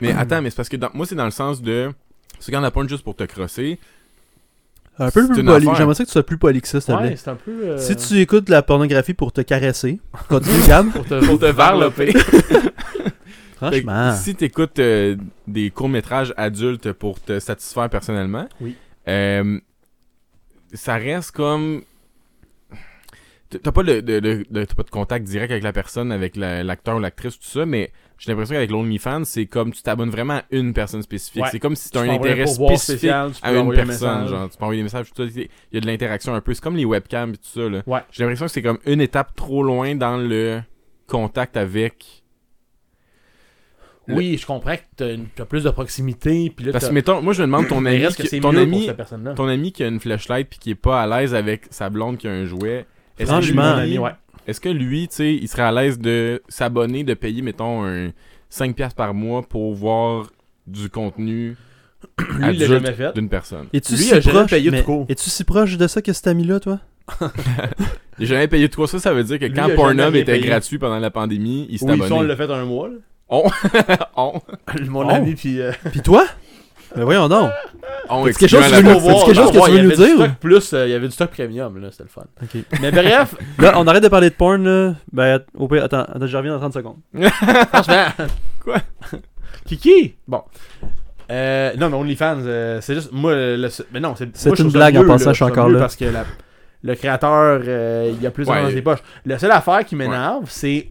Mais attends, mais c'est parce que dans- moi, c'est dans le sens de. Tu regardes la porn juste pour te crosser.
Un peu
C'est
plus
une
poli.
affaire.
J'aimerais ça que tu sois plus poli que ça, s'il te
Ouais,
plaît.
c'est un peu. euh,
Si tu écoutes de la pornographie pour te caresser, quand tu regardes,
Pour te,
Pour te varloper. Fait que
Ah.
franchement.
Si t'écoutes euh, des courts-métrages adultes pour te satisfaire personnellement,
Oui.
euh, ça reste comme. T- T'as pas le, de- de- de- t'as pas de contact direct avec la personne, avec la- l'acteur ou l'actrice, tout ça, mais j'ai l'impression qu'avec l'OnlyFans, c'est comme tu t'abonnes vraiment à une personne spécifique.
Ouais.
C'est comme si
tu
t'as un
peux envoyer
intérêt
pourboire
spécifique
spécial, tu peux
à une
envoyer un
personne.
message.
Genre, tu peux envoyer des messages, tout ça. Il y a de l'interaction un peu. C'est comme les webcams et tout ça. Là.
Ouais.
J'ai l'impression que c'est comme une étape trop loin dans le contact avec.
Oui, je comprends que t'as une- t'as plus de proximité, puis là,
Parce
t'as-
que, mettons, moi, je me demande ton
mais
ami,
reste que
qui-
c'est
ton,
mieux pour
ami
cette personne-là.
ton ami qui a une flashlight puis qui est pas à l'aise avec sa blonde qui a un jouet. Est-ce que
Franchement,
lui-
ami, ouais.
Est-ce que lui, tu sais, il serait à l'aise de s'abonner, de payer, mettons, un 5$ piastres par mois pour voir du contenu
Lui, il l'a
adulte
jamais fait.
d'une personne?
Es-tu
Lui,
si,
il a jamais
proche,
payé de
mais-
cours.
es-tu si proche de ça que cet ami-là, toi?
J'ai jamais payé de quoi ça, ça veut dire que
Lui,
quand
il a
Pornhub
jamais
était
payé.
gratuit pendant la pandémie, il s'est
Oui,
abonné.
ça, on l'a fait un mois, là.
On,
Mon
Oh.
ami, puis. euh,
Pis toi? Ben voyons donc.
on
Est-ce quelque chose
excluant
que tu
la
veux
pour
nous-
personne.
voir,
quelque chose
non,
que tu
ouais,
veux
il y
nous
avait du
dire,
stock plus, euh, il y avait du stock premium, là, c'était le fun.
Ok.
Mais bref,
Là, on arrête de parler de porn, là. Ben, au pire, attends, attends, je reviens dans 30 secondes.
franchement.
Quoi?
Kiki? Bon. Euh, non, mais OnlyFans, euh, c'est juste. Moi, le- le- mais non, c'est.
C'est
moi, je
une
trouve ça
blague, en
mieux,
passant,
là,
je suis
trouve ça
encore
mieux
là.
Parce que la- le créateur, euh, il y a plus
Ouais.
dans ses poches. La seule affaire qui m'énerve, c'est.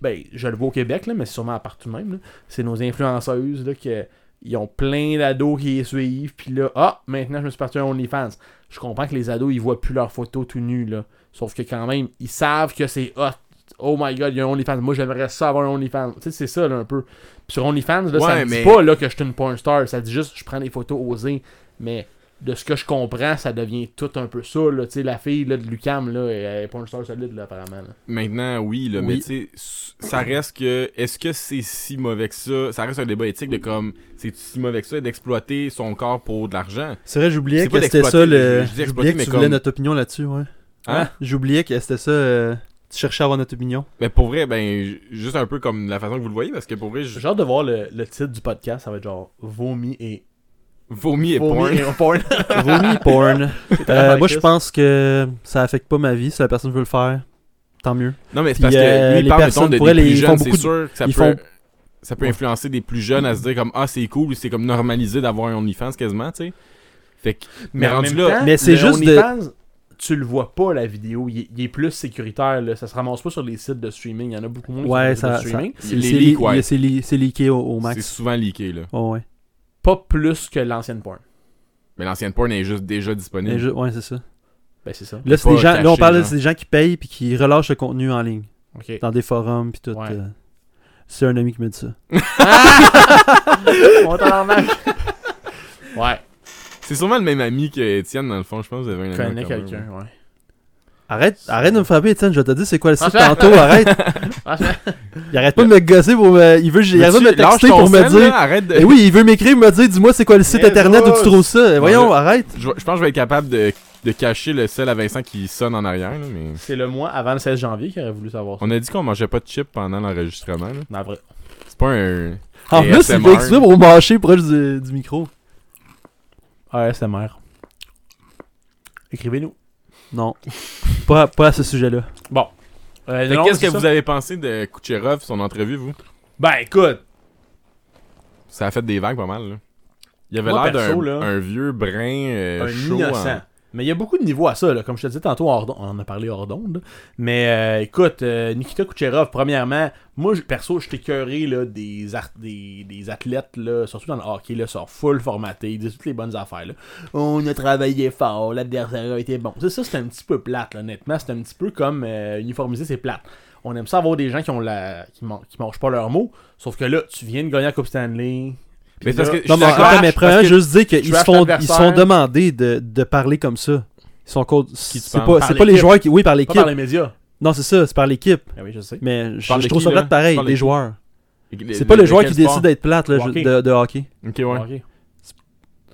Ben, je le vois au Québec, là, mais c'est sûrement à part tout de même. là. C'est nos influenceuses, là, que. Ils ont plein d'ados qui les suivent, puis là, ah, maintenant je me suis parti à OnlyFans. Je comprends que les ados, ils voient plus leurs photos tout nus, là. Sauf que quand même, ils savent que c'est hot. Oh my god, il y a un OnlyFans. Moi, j'aimerais ça avoir un OnlyFans. Tu sais, c'est ça, là, un peu. Puis sur OnlyFans, là, ça
Ouais,
ne
mais-
dit pas là, que je suis une porn star. Ça dit juste, je prends des photos osées. Mais de ce que je comprends, ça devient tout un peu ça, là. Tu sais, la fille, là, de Lucam, là, elle est porn star solide, là, apparemment. là.
Maintenant, oui, là, mais
Oui.
tu sais, s- ça reste que. Est-ce que c'est si mauvais que ça Ça reste un débat éthique de comme. C'est si mauvais que ça d'exploiter son corps pour de l'argent
C'est vrai, j'oubliais
C'est pas
que c'était ça
d'exploiter,
le.
je- je dis
J'oubliais que
exploiter,
tu
mais
voulais
comme-
notre opinion là-dessus, ouais.
Hein?
J'oubliais que c'était ça. euh, Tu cherchais à avoir notre opinion.
Mais pour vrai, ben, j- juste un peu comme la façon que vous le voyez, parce que pour vrai, je-
J'ai hâte de voir le, le titre du podcast. Ça va être genre Vomi et
Vomi et porn.
Vomi et porn.
Vomi porn. Euh,
la
moi, je
Marcus.
pense que ça affecte pas ma vie. Si la personne veut le faire, tant mieux.
Non, mais c'est
Puis,
parce
euh,
que lui, il
les
parle
personnes,
mettons, de
pour
des
elle,
plus
ils font
jeunes, c'est
beaucoup de-
sûr que ça
ils
peut,
font-
ça peut influencer des plus jeunes à se dire comme « Ah, c'est cool » ou c'est comme normalisé d'avoir un OnlyFans quasiment, tu sais. Fait que, mais,
en
rendu
même
là,
temps,
mais c'est
le
juste de-
OnlyFans, tu le vois pas la vidéo, il est, il est plus sécuritaire, là. ça se ramasse pas sur les sites de streaming, il y en a beaucoup moins
Ouais,
sur les
ça.
sites
ça
de streaming.
c'est-
Les
c'est
leaks,
li-
ouais.
c'est li- c'est leaké au, au
c'est
max.
souvent leaké, là.
Oh, ouais,
Pas plus que l'ancienne porn.
Mais l'ancienne porn est juste déjà disponible.
Mais je- ouais, c'est ça.
Ben c'est ça.
Là, c'est
pas
des gens, là, on
caché,
parle de
genre.
c'est des gens qui payent puis qui relâchent le contenu en ligne,
Ok.
dans des forums puis tout.
Ouais.
euh, c'est un ami qui me dit ça.
On t'en remarque. Ouais,
C'est sûrement le même ami que Étienne, dans le fond. Je pense que vous avez un ami.
connais
en commun,
quelqu'un,
ouais.
ouais.
Arrête, arrête de me frapper, Étienne. Je vais te dire c'est quoi le site
Franchement.
tantôt. Arrête. Il arrête pas de me gosser pour me. Il veut, il arrête pas de me
Veux-tu- lâche
texter
ton
pour me
sel, là,
dire.
Arrête de-
Eh oui, il veut m'écrire, me dire, dis-moi c'est quoi le site
Mais
internet où
là,
tu trouves ça. Eh, Voyons,
là-
arrête.
Je, je pense que je vais être capable de, de cacher le sel à Vincent qui sonne en arrière, là, mais...
C'est le mois avant le 16 janvier qu'il aurait voulu savoir ça.
On a dit qu'on mangeait pas de chips pendant l'enregistrement, là.
Non, vrai.
C'est pas un...
En
Et
plus, il
ASMR.
fait exprès pour mâcher proche du, du micro.
ASMR. Écrivez-nous.
Non. pas, pas à ce sujet-là.
Euh,
Fait que
non,
Qu'est-ce
c'est
que
ça.
vous avez pensé de Kucherov, son entrevue, vous?
Ben écoute,
Ça a fait des vagues pas mal, là. Il avait
Moi,
l'air
perso,
d'un
là,
un vieux brun euh,
un
chaud.
innocent.
en-
hein. Mais il y a beaucoup de niveaux à ça, là. comme je te disais tantôt, hors d'onde- on en a parlé hors d'onde. Mais euh, écoute, euh, Nikita Kucherov, premièrement, moi, je- perso, je suis écœuré là, des, ar- des, des athlètes, là, surtout dans le hockey, là, sont full formatés, ils disent toutes les bonnes affaires. là. On a travaillé fort, l'adversaire a été bon. C'est ça, c'est un petit peu plate, là, honnêtement. C'est un petit peu comme euh, uniformiser, c'est plate. On aime ça avoir des gens qui ont la qui, man- qui mangent pas leurs mots, sauf que là, tu viens de gagner la Coupe Stanley. puis
Mais parce
là-
que- Je
Non,
suis
mais
d'accord,
attends, mais
parce
premièrement,
que
juste dire qu'ils se
draft
font, ils se
l'adversaire.
font demander de, de parler comme ça. Ils sont contre. C'est
parles?
pas,
Par
c'est pas les
l'équipe.
joueurs qui. Oui, par
pas
l'équipe.
par les médias.
Non, c'est ça, c'est par l'équipe.
Ah oui, je sais.
Mais je,
Par
je
de
trouve
qui,
ça
là?
plate pareil,
Par de
les
qui?
joueurs.
Le-
C'est pas
le-
les joueurs
quel
qui
sport?
décident d'être plates là,
Hockey.
de, de hockey.
Ok, ouais.
Ok.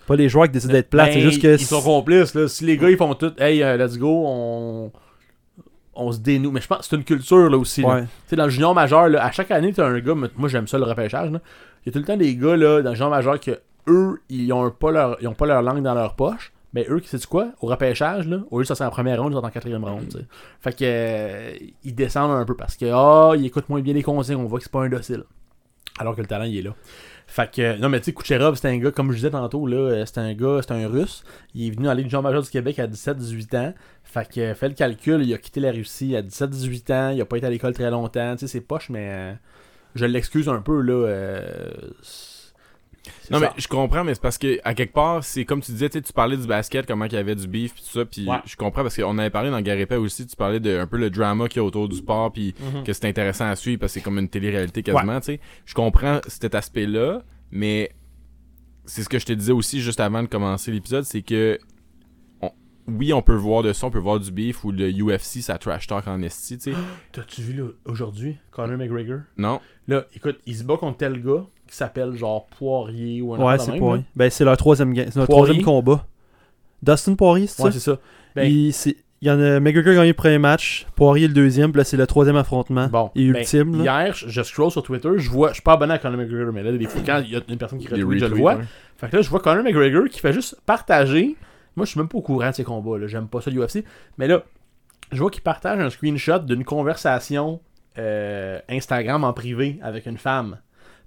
Pas les joueurs qui décident d'être plates, c'est
Ben,
juste que.
Ils sont complices, là. Si les gars, ils font tout, hey, euh, let's go, on. On se dénoue. Mais je pense que c'est une culture, là aussi. là.
Ouais.
Tu sais, dans le junior majeur, là, à chaque année, t'as un gars, mais moi j'aime ça le repêchage, là. il y a tout le temps des gars là, dans le junior majeur que eux, ils ont pas leur, ils ont pas leur langue dans leur poche. Mais eux, sais-tu quoi? Au repêchage, là, au lieu de sortir en première ronde, ils sortent en quatrième ronde. tu sais. Fait que euh, ils descendent un peu parce que ah, ils écoutent moins bien les conseils, on voit que c'est pas un docile. Alors que le talent, il est là. Fait que, euh, non, mais tu sais, Kucherov, c'est un gars, comme je disais tantôt, là, euh, c'est un gars, c'est un russe. Il est venu dans la Ligue junior majeure du Québec à 17-18 ans. Fait que, euh, fais le calcul, il a quitté la Russie à 17-18 ans, il a pas été à l'école très longtemps, tu sais, c'est poche, mais euh, je l'excuse un peu, là. euh, c'est- c'est
Non, mais
ça.
je comprends, mais c'est parce que, à quelque part, c'est comme tu disais, tu sais, tu parlais du basket, comment il y avait du beef, pis tout ça, puis
Ouais.
je comprends parce qu'on avait parlé dans Garépet aussi, tu parlais de un peu le drama qu'il y a autour du sport, puis
Mm-hmm.
que c'est intéressant à suivre parce que c'est comme une télé-réalité quasiment, tu sais. Je comprends cet aspect-là, mais c'est ce que je te disais aussi juste avant de commencer l'épisode, c'est que on- oui, on peut voir de ça, on peut voir du beef ou le UFC, ça trash talk en esti, tu sais.
T'as-tu vu, là, aujourd'hui, Conor McGregor?
Non,
Là, écoute, il se bat contre tel gars qui s'appelle, genre, Poirier ou un
Ouais,
autre de
c'est
même,
Poirier. Ben, c'est leur troisième, ga- c'est leur
Poirier.
troisième combat. Dustin Poirier, c'est
là. Ouais,
ça?
c'est ça. ben-
il, c'est- il y en a McGregor a gagné le premier match, Poirier le deuxième, puis là, c'est le troisième affrontement.
Bon,
et
ben,
ultime. là.
hier, je je scroll sur Twitter, je vois, je suis pas abonné à Conor McGregor, mais là, des fois, quand il y a une personne qui
les
retweet, je le
retweets,
vois.
hein.
Fait que là, je vois Conor McGregor qui fait juste partager. Moi, je suis même pas au courant de ces combats, là. J'aime pas ça, l'UFC. Mais là, je vois qu'il partage un screenshot d'une conversation euh, Instagram en privé avec une femme.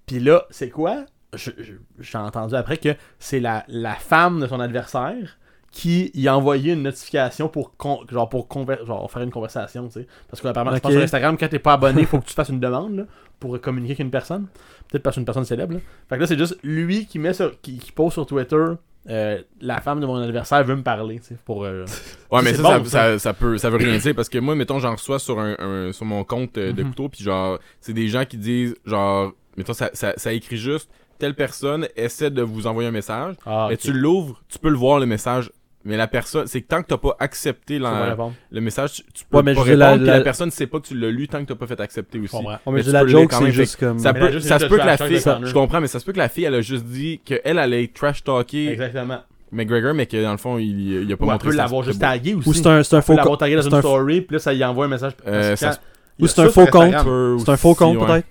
Puis là, c'est quoi? Je- je- J'ai entendu après que c'est la, la femme de son adversaire qui y a envoyé une notification pour con- genre pour conver- genre faire une conversation, tu sais. Parce que apparemment, je pense
Ok.
sur Instagram, quand t'es pas abonné, faut que tu fasses une demande là, pour communiquer avec une personne. Peut-être parce qu'une personne célèbre. là. Fait que là, c'est juste lui qui met sur, qui, qui pose sur Twitter euh, la femme de mon adversaire veut me parler, tu sais, pour. euh,
Ouais, mais
C'est
ça,
bon,
ça,
ça.
ça- ça peut, ça veut rien dire parce que moi, mettons, j'en reçois sur un, un- sur mon compte euh,
Mhm.
de couteau, puis genre, c'est des gens qui disent, genre, mettons, ça, ça, ça écrit juste, telle personne essaie de vous envoyer un message,
Ah,
mais
ok.
tu l'ouvres, tu peux le voir le message, mais la personne, c'est que tant que t'as pas accepté
Ça va
la-
répondre.
le message, tu, tu peux
Ouais, mais
pas
je veux dire,
répondre,
la-
puis la,
la-
personne sait pas que tu l'as lu tant que t'as pas fait accepter
Je
aussi.
comprends.
Ouais, mais
mais
je-
tu
la
peux le lire
joke,
quand
c'est
même,
juste comme.
Ça
Mais
peut,
là, juste
ça
le
se peut que la
trash talk de
fille,
Connor.
je comprends, mais ça se peut que la fille, elle a juste dit qu'elle allait trash talker
Exactement.
McGregor, mais que dans le fond, il, il a pas
Ou elle
montré
peut
sa-
l'avoir juste tagué aussi.
Ou c'est un, c'est un
Faut
faux
l'avoir
compte.
tagué dans
c'est
une
un-
story, puis là, ça y envoie un message. parce
Euh,
que
ça
quand-
se-
il y a
Ou c'est un
ça
faux
sur Instagram.
compte.
peut
C'est un faux
aussi,
compte
ouais.
peut-être.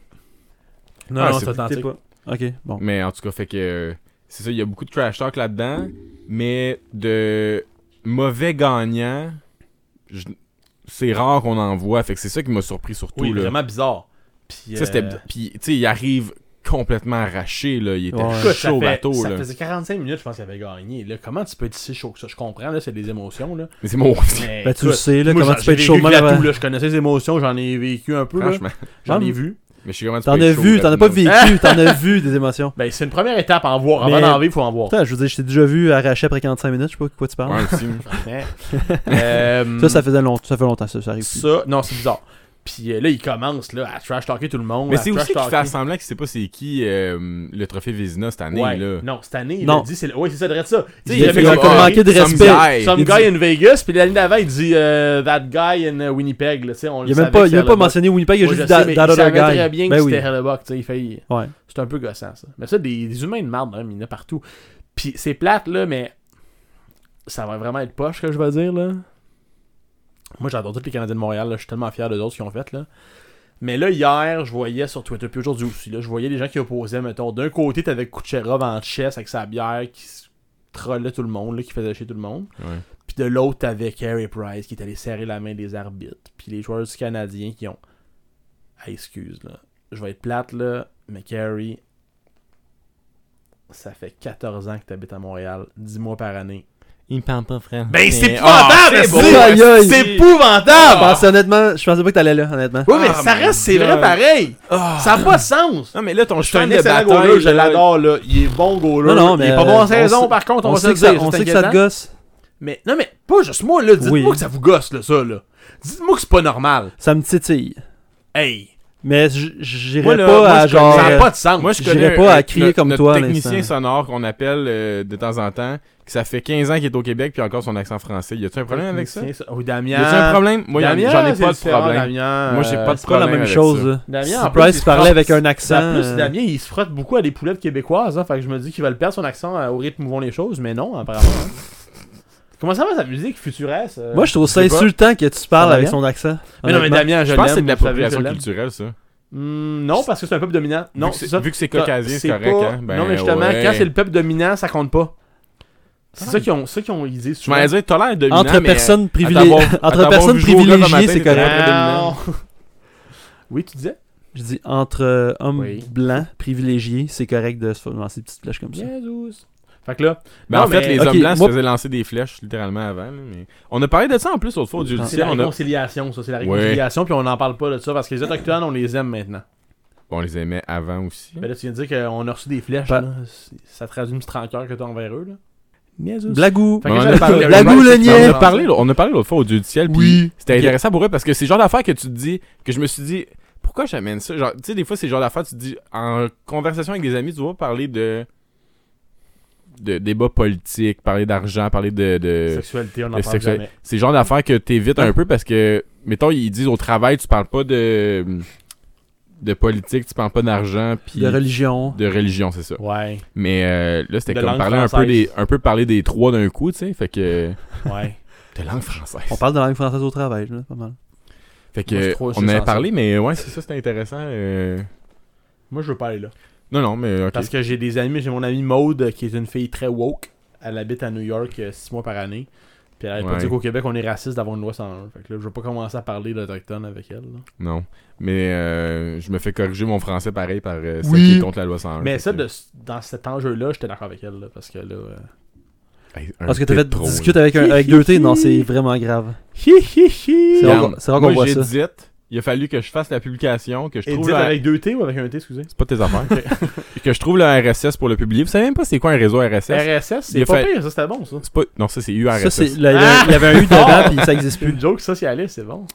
Non,
Ah,
non,
c'est-
c'est authentique.
Ok, bon.
Mais en tout cas, fait que. euh, c'est ça, il y a beaucoup de trash talk là-dedans, mais de mauvais gagnants, je- c'est rare qu'on en voit. Fait que c'est ça qui m'a surpris surtout.
Oui,
là.
vraiment bizarre. Puis,
Ça, c'était
euh,
Puis, tu sais, il arrive complètement arraché, là. Il était
Ouais.
écoute, ça
chaud au
fait-
bateau,
ça
là.
faisait 45 minutes, je pense qu'il avait gagné. Là, comment tu peux être si chaud que ça Je comprends, là, c'est des émotions. Là.
Mais c'est mon
Ben,
Mais
tu
écoute,
le sais, là,
moi,
comment
j'en-
tu peux être
j'ai
chaud de
vécu
même
à
avant.
tout, là, Je connaissais les émotions, j'en ai vécu un peu. là.
Franchement.
J'en ai
Ouais.
vu.
Mais je sais comment tu
T'en
peux
as
être chaud,
vu, hein. t'en as pas
là-dedans.
vécu, t'en as vu des émotions.
Ben, c'est une première étape à en voir. Avant
Mais-
d'en vivre, faut en voir.
Putain, je veux dire, je t'ai déjà vu arracher après 45 minutes, je sais pas de quoi tu parles.
Ouais, aussi.
Mais, euh,
Ça, ça faisait longtemps, ça fait longtemps ça, ça arrive plus.
ça, non, c'est bizarre. Puis euh, là, il commence là, à trash talker tout le monde.
Mais
à
c'est
Ah, trash
aussi qu'il fait
talker.
semblant qu'il sait pas c'est qui euh, le trophée Vézina cette année,
Ouais.
là.
Non, cette année, il
Non.
a dit. c'est- Oui, c'est ça, de ça. Tu sais,
Il a-
avait
il a
comme-
comme
Ah,
manqué de
Some
respect.
guy.
Some
Il
guy in Vegas, puis l'année d'avant, il dit euh, That guy in euh, Winnipeg. Là, tu sais, on
Il a même pas, il a même pas mentionné Winnipeg, il a
Moi,
juste
je
dit
sais,
that,
mais
that
il
other
savait
guy.
très bien
Ben
que
oui.
c'était Hellebuck, tu sais, il fait...
Ouais.
C'est un peu gossant, ça. Mais ça, des, des humains de merde, hein, il y en a partout. Puis c'est plate, là, mais ça va vraiment être poche, que je vais dire, là. Moi, j'adore tous les Canadiens de Montréal, là. Je suis tellement fier de d'autres qui ont fait, là. Mais là, hier, je voyais sur Twitter, puis aujourd'hui aussi, là, je voyais les gens qui opposaient, mettons, d'un côté, t'avais Kucherov en chess avec sa bière qui se trollait tout le monde, là, qui faisait chier tout le monde.
Ouais.
Puis de l'autre, t'avais Carey Price qui est allé serrer la main des arbitres. Puis les joueurs du Canadien qui ont. Ah, excuse, là. Je vais être plate, là. Mais Carey, ça fait 14 ans que t'habites à Montréal. 10 mois par année.
Il me parle pas, frère.
Ben, c'est
Ah,
épouvantable,
c'est beau,
c'est-
aïe, aïe.
C'est
si.
Je
épouvantable!
pensais honnêtement, je pensais pas que t'allais là, honnêtement.
Oui, mais
Ah,
ça
mon
reste, c'est
God.
vrai pareil! Ça n'a pas de sens!
Non, mais là, ton
Je suis un
cheval de
excellent
bataille.
goaler, je
là,
l'adore, là. Il est bon goaler.
Non, non,
il
mais,
est pas bon en
euh, on
saison,
sait-
par contre, on,
On
va se le
sait que ça-
dire.
on
c'est
sait que ça
inquiétant.
te gosse.
Mais, non, mais pas juste moi, là. Dites-moi
Oui.
que ça vous gosse, là, ça, là. Dites-moi que c'est pas normal.
Ça me titille.
Hey!
Mais j- j'irais
Moi, là,
pas
moi,
à
je connais-
genre.
ça n'a
euh,
pas de sens.
Moi, je
J'irais
connais
pas
un-
à crier
notre-
comme
notre
toi à
technicien
l'instant.
sonore qu'on appelle euh, de temps en temps, que ça fait 15 ans qu'il est au Québec, puis encore son accent français. Y a-tu un problème avec ça?
Oui,
Y
Damien.
a-tu un problème? Moi, y en-
Damien,
j'en ai
c'est
pas de
différent,
problème.
Damien,
Moi, j'ai
euh,
pas de
C'est pas la
problème
même
avec
chose.
ça.
là.
Damien, en
Si
plus, il
Price
se
parlait
frappe-
avec un
En
accent.
plus,
euh,
Damien, il se frotte beaucoup à des poulettes québécoises. Hein, fait que je me dis qu'il va le perdre son accent euh, au rythme où vont les choses, mais non, apparemment. hein. Comment ça va sa musique futuresse euh?
Moi, je trouve ça
je sais pas.
insultant que tu parles
va
avec
bien?
son accent.
Mais non, mais
honnêtement.
Damien, je
Je
l'aime.
pense que c'est de
vous savez, je
l'appropriation
l'aime.
culturelle, ça.
Hmm, non, parce que c'est un peuple dominant. Non,
vu que
c'est
c'est-
ça.
vu que c'est caucasien, c'est correct,
pas-
hein? Ben,
non, mais justement,
ouais. Ah.
quand c'est le peuple dominant, ça compte pas. C'est ça qu'ils ont, ça qu'ils ont ils disent
Je m'en ai dit, t'as l'air dominant,
Entre
mais-
personnes
à
privilégiées,
t'avoir- à
entre
t'avoir
personnes
vu jouer au golf un
privilégiées,
matin,
c'est
t'étais
correct.
très
Non.
dominant.
Ah. Oui, tu disais?
Je dis entre euh, hommes
Oui.
blancs privilégiés, c'est correct de se faire dans ces petites flèches comme ça.
Jesus. Fait que là,
Ben,
Non,
en fait,
mais-
les
ok,
hommes blancs
moi-
se faisaient lancer des flèches littéralement avant. là, mais... On a parlé de ça en plus autrefois au
Ah.
c'est
judiciaire.
la
On, a...
réconciliation, ça. C'est la
Ouais.
réconciliation, puis on n'en parle pas de ça, parce que les Autochtones, on les aime maintenant.
on les aimait avant aussi.
Ben là, tu viens de dire qu'on a reçu des flèches,
Ben-
là. C'est- Ça traduit une petite rancœur que t'as envers eux, là.
Blagou.
Fait que
Mais on
ça,
a-
le parler-
La
on a-
goulenière.
on a parlé- On a parlé l'autre fois au judiciaire.
Oui.
Oui. C'était
Ok.
intéressant pour eux parce que c'est le genre d'affaires que tu te dis, que je me suis dit, pourquoi j'amène ça Genre, Tu sais, des fois, c'est le genre d'affaires, tu te dis, en conversation avec des amis, tu vas parler de. de débats politiques, parler d'argent, parler de. de...
Sexualité, on n'en
le
parle
sexuel-
jamais.
C'est le genre d'affaires que t'évites un peu parce que, mettons, ils disent au travail, tu parles pas de. de politique, tu parles pas d'argent, puis.
De religion.
de religion, c'est ça.
Ouais,
Mais euh, là, c'était
De
comme
langue
parler un peu,
française.
des, un peu parler des trois d'un coup, tu sais. Fait que.
ouais.
De langue française.
On parle de la langue française au travail, là, pas mal.
Fait
Moi, je
que.
trouve que
on en
c'est
avait
sensé.
parlé, mais ouais, c'est ça, c'était intéressant. euh.
Moi, je veux pas aller là.
Non, non, mais ok.
Parce que j'ai des amis, j'ai mon amie Maude euh, qui est une fille très woke. Elle habite à New York euh, six mois par année. Puis elle arrête pas de
Ouais.
dire qu'au Québec on est raciste d'avoir une loi 101. Fait que là, je vais pas commencer à parler d'autochtone avec elle. là.
Non. Mais euh, je me fais corriger mon français pareil par euh, celle
Oui.
qui est contre la loi 101.
Mais
Fait
ça,
que-
de- dans cet enjeu-là, j'étais d'accord avec elle. là, parce que là. euh,
Hey, un
Parce que t'as fait
pétrole.
discute avec, un, avec deux T, non, c'est vraiment grave. C'est
Regarde,
rare
Regarde,
qu'on- c'est rare qu'on
moi,
voit
j'ai
ça.
Edith, Il a fallu que je fasse la publication, que je
Et
trouve.
dites
la-
avec deux T ou avec un T, excusez.
C'est pas tes affaires. que je trouve le RSS pour le publier. Vous savez même pas c'est quoi un réseau RSS
RSS,
Il
c'est
a
pas
fait-
pire, ça c'était bon ça.
C'est pas... Non, ça c'est URSS.
Ça, c'est, là, il y a- il y avait un U devant, puis ça existe
C'est
plus.
une joke, ça, si elle est, c'est bon.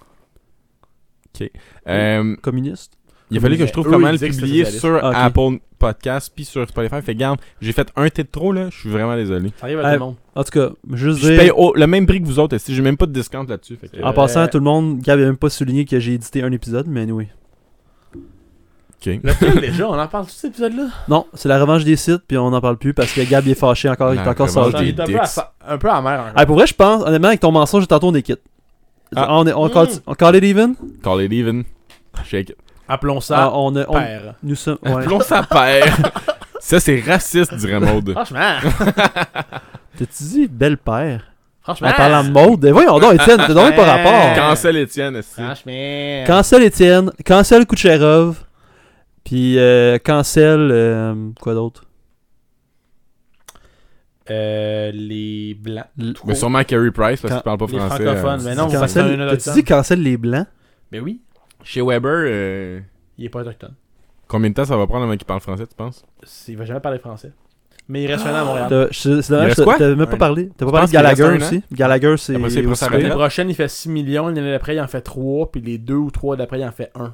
Euh,
Communiste.
Il a fallu que je trouve
Eux,
comment
ils
le
disaient que c'était
publier
socialiste.
sur
Ah, ok.
Apple Podcast puis sur Spotify. Fait garde, j'ai fait un thé de trop là, je suis vraiment désolé.
Ça arrive
Euh,
à tout le monde.
En tout cas, juste
Je paye
dire,
au- le même prix que vous autres, esti, j'ai même pas de discount là-dessus. Fait que-
en
Euh,
passant à tout le monde, Gab n'a même pas souligné que j'ai édité un épisode, mais oui.
Ok.
Lequel déjà, on en parle tout cet épisode-là
Non, c'est la revanche des sites, puis on n'en parle plus parce que Gab il est fâché encore, il est
La
encore
revanche
sorti.
Oh, des-
est un peu, à-
dicks.
un peu amer encore.
Ah, pour vrai, je pense, honnêtement, avec ton mensonge, tantôt on est quitte.
Ah.
On, est, on, call,
Mm.
on call it even?
Call it even. Shake it.
Appelons ça
Ah, on, a- on-
père.
nous sommes. ouais.
Plonge sa paire. Ça, c'est raciste, dirait Maude.
Franchement.
T'as-tu dit belle-père?
Franchement.
En parlant de mode. Eh, voyons donc, Étienne, t'es donc par
Ah.
rapport.
Cancel Étienne, est-ce que-
Franchement.
Cancel Étienne, cancel Kucherov, puis euh, cancel... euh, quoi d'autre?
Euh, les blancs.
L-
Tout
Mais
court.
sûrement Carrie Price, parce
Quand-
qu'il parle pas
les
français.
francophones,
euh,
mais non, parce qu'on
cancel...
a un
T'as-tu
autochtone.
dit cancel les Blancs?
Ben oui,
Chez Weber, euh,
il est pas autochtone.
combien de temps ça va prendre avant qu'il parle français, tu penses
C'est- Il va jamais parler français. Mais il reste un an à Montréal.
T'as- je- C'est
Il
dommage,
reste
t'as
quoi?
t'as même pas
Ouais.
parlé. T'as pas
Je
parlé
pense
de
qu'il reste
Gallagher
un an.
hein.
aussi. Gallagher, c'est.
Après ça, il prend sa
aussi
retraite.
La prochaine, il fait 6 millions. L'année d'après, il en fait 3. Puis les 2 ou 3 d'après, il en fait 1.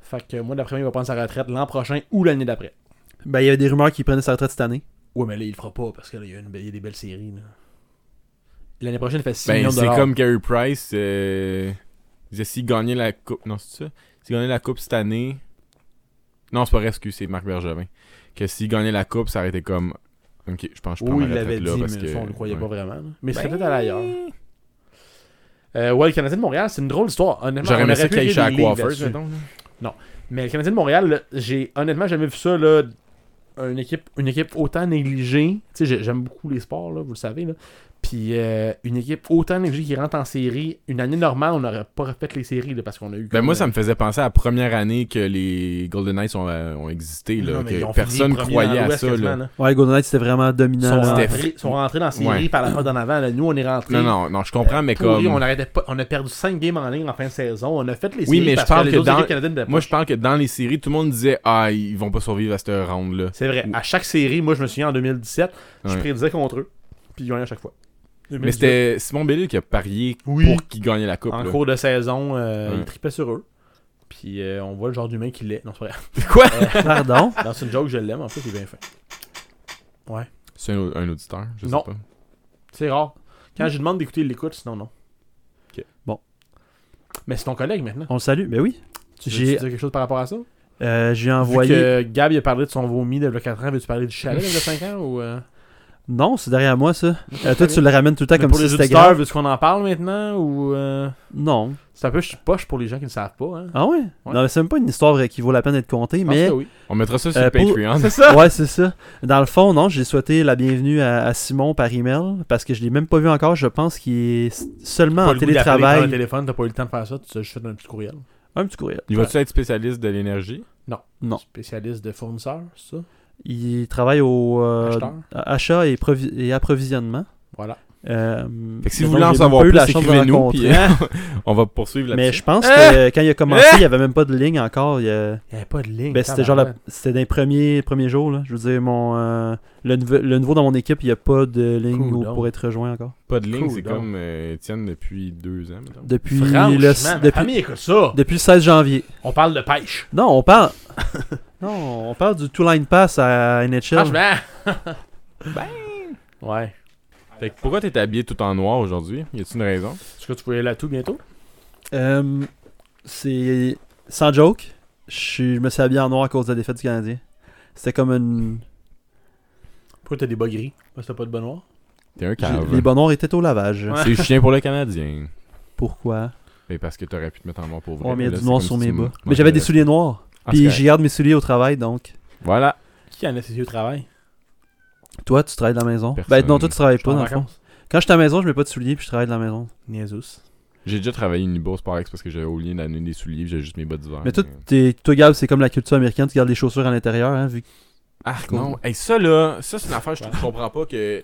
Fait que euh, moi, d'après, moi, il va prendre sa retraite l'an prochain ou l'année d'après.
Ben, il y avait des rumeurs qu'il prenait sa retraite cette année.
Ouais, mais là, il le fera pas parce qu'il y, a une be- il y a des belles séries. là. L'année prochaine, il fait 6
Ben,
millions de
c'est
dollars.
comme Carey Price. Euh, il disait s'il gagnait la coupe. Non, c'est ça S'il gagnait la coupe cette année. Non, c'est pas vrai, excuse, c'est Marc Bergevin. Que s'il gagnait la coupe, ça aurait été comme. Ok, je pense que je prends ma
Oui, il l'avait
retraite
dit,
là parce
mais
que.
ça, on ne le croyait
ouais.
pas vraiment. là. Mais c'est
Ben,
peut-être allé ailleurs. Euh, ouais, le Canadien de Montréal, c'est une drôle d'histoire. Honnêtement,
J'aurais
on
aimé
aurait
ça
pu
qu'il aille
écrire
chez
des livres
Aquafers,
là-dessus.
mettons. là.
Mais le Canadien de Montréal, là, j'ai honnêtement jamais vu ça, là, une équipe, une équipe autant négligée. Tu sais, j'ai- j'aime beaucoup les sports, là, vous le savez. Là. Puis euh, une équipe autant négligée qui rentre en série, une année normale, on n'aurait pas refait les séries là, parce qu'on a eu.
Ben,
comme,
moi,
euh,
ça me faisait penser à la première année que les Golden Knights ont, euh, ont existé. Là,
non, mais
que
ils ont fini
personne
premier
croyait
dans
à
l'Ouest
ça.
quasiment,
Là.
là.
Ouais, Golden Knight, c'était vraiment
Ils sont
dominant. là.
C'était
rentrés, ils sont rentrés dans la série
Ouais.
par la porte d'en avant. là. Nous, on est rentrés.
Non, non, non, je comprends, mais
pourris,
comme.
on, arrêtait pas, on a perdu 5 games en ligne en fin de saison. On a fait les
Oui,
séries
mais
parce
je parle
les
que
autres
dans-
équipes canadiennes n'étaient
Moi,
pas.
je parle que dans les séries, tout le monde disait Ah, ils vont pas survivre à cette round-là.
C'est vrai. À chaque série, moi, je me souviens en 2017, je
Ouais.
prédisais contre eux. Puis ils gagnaient à chaque fois.
Mais c'était Simon Bellil qui a parié
Oui.
pour qu'il gagnait la coupe.
En
là.
cours de saison, euh,
Ouais.
il tripait sur eux. Puis euh, on voit le genre d'humain qu'il est. Non, c'est pas vrai.
Pardon?
Dans une joke, je l'aime. En fait, il est bien fait.
C'est un, un auditeur, je
Non.
sais pas.
C'est rare. Quand je lui demande d'écouter, il l'écoute. Sinon, non.
Ok.
Bon.
Mais c'est ton collègue maintenant.
On le salue. Ben oui.
Tu veux
J'ai
dire quelque chose par rapport à ça?
euh, j'ai
Vu
envoyé.
que Gab il a parlé de son vomi de 4 ans, veux-tu parler du chalet de 5 ans ou euh,
Non, c'est derrière moi, ça. Euh,
très
toi, tu le ramènes tout le temps
mais
comme
pour
si
les
c'était
auditeurs,
grave.
veux-tu qu'on en parle maintenant ou euh,
Non.
c'est un peu ch- poche pour les gens qui ne savent pas hein?
Ah ouais?
Ouais.
Non, mais c'est même pas une histoire euh, qui vaut la peine d'être contée,
Je pense
mais.
que oui.
On mettra ça sur
Euh, pour-
Patreon.
C'est ça.
Ouais, c'est ça. Dans le fond, non, j'ai souhaité la bienvenue à, à Simon par email parce que je l'ai même pas vu encore. Je pense qu'il est s- seulement
Pas
en
le goût d'appeler par le
télétravail.
téléphone, t'as pas eu le temps de faire ça, tu t'as juste fait un petit courriel.
Un petit courriel.
Il va-tu être spécialiste de l'énergie
Non.
Spécialiste de fournisseurs, c'est ça
Il travaille au euh,
Acheteur.
achat et, provi- et approvisionnement.
Voilà.
Euh,
Fait que si
mais
vous
donc,
voulez en
j'ai
savoir
pas eu
plus,
la chance de
écrivez-nous.
rencontrer.
Puis euh, Eh! on va poursuivre
Mais
là-dessus.
je pense que euh, quand il a commencé, il n'y
Eh!
avait même pas de ligne encore. il y a-
Il n'y avait pas de ligne.
Ben, c'était genre la- c'était dans les premiers, premiers jours. Là. Je veux dire, mon, euh, le, nouveau- le nouveau dans mon équipe, il n'y a pas de ligne
Cool,
où-
donc.
pour être rejoint encore.
Pas de ligne,
Cool,
c'est
donc.
comme euh, Étienne depuis deux ans. mettons.
Depuis
Franchement,
le,
ma
depuis,
famille écoute ça.
depuis le 16 janvier.
On parle de pêche.
Non, on parle. non, on parle du two-line pass à NHL.
Franchement. ben. Ouais.
Fait que pourquoi t'es habillé tout en noir aujourd'hui Y a-tu une raison
Est-ce que tu pouvais aller à tout bientôt
Euh, c'est. Sans joke, je suis- je me suis habillé en noir à cause de la défaite du Canadien. C'était comme une.
Pourquoi t'as des bas gris Parce que t'as pas de bon noir.
T'es un
j'ai- Les
cave.
bons noirs étaient au lavage.
C'est chien pour le Canadien.
Pourquoi
Mais parce que t'aurais pu te mettre en noir pour vrai.
On met
Là,
du
c'est
noir
comme
sur
si
mes
tu me-
bas.
Ouais,
Mais j'avais des
euh,
souliers noirs.
ah, c'est
Puis
correct.
j'y garde mes souliers au travail, donc.
Voilà.
Qui en a ses yeux au travail
Toi, tu travailles de la maison.
Personne.
Ben non, toi, tu travailles
Je
pas,
suis en
dans le fond.
vacances.
Quand je suis à la maison, je mets pas de souliers, puis je travaille de la maison.
Niaisus.
J'ai déjà travaillé une Unibo Sport X parce que j'avais oublié d'amener des souliers, puis j'avais juste mes bottes d'hiver.
Mais toi, t'es- toi, Gab, c'est comme la culture américaine, tu gardes les chaussures à l'intérieur, hein, vu que-
Ah non, hey, ça là, ça c'est une affaire je trouve que je comprends pas que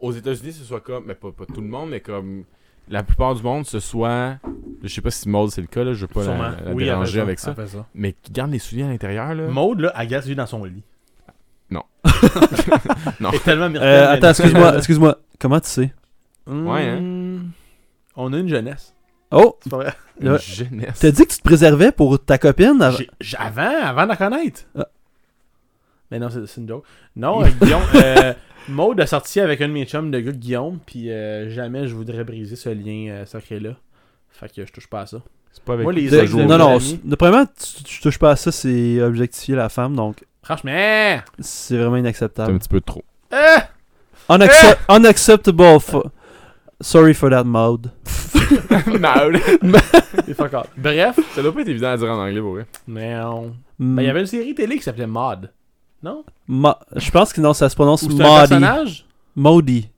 aux États-Unis ce soit comme mais pas, pas tout le monde mais comme la plupart du monde ce soit je sais pas si Maud c'est le cas là, je veux pas la, la
Oui, elle fait
déranger avec
elle
ça.
Ah.
fait ça.
Mais qui garde les souliers à l'intérieur
Euh.
là
Maud, là, agace lui dans son lit.
Non. Non.
Elle est tellement
Euh,
myrtille, mais
attends,
non.
excuse-moi, excuse-moi. Comment tu sais
Ouais, hein.
Hmm. On a une jeunesse.
Oh,
C'est pas vrai.
Une
là-
jeunesse.
t'as dit que tu te préservais pour ta copine avant-
J'ai- j'ai- Avant, avant de la connaître.
bah. Ah.
Mais non, c'est c'est une joke. Non, euh, Guillaume. euh, Maud a sorti avec un de mes chums, le gars de Guillaume, puis euh, jamais je voudrais briser ce lien euh, sacré-là. Fait que je touche pas à ça.
C'est pas avec
Moi, les
ça
De-
ex
joue
de-
au-
non, non,
amis.
c'est- de- premièrement, tu, tu touches pas à ça, c'est objectifier la femme, donc
Franchement!
c'est vraiment
c'est un
inacceptable.
petit peu trop.
Ah!
Unacce- unacceptable. fo- Sorry for that mode.
non,
Et fuck off. Bref. Ben,
ça doit pas être évident à dire en anglais pour vrai.
Non.
Mm.
Ben, il y avait une série télé qui s'appelait Mod. Non?
Ma- Je pense que non, ça se prononce
Ou c'est un
Maudie.
personnage?
Maudie.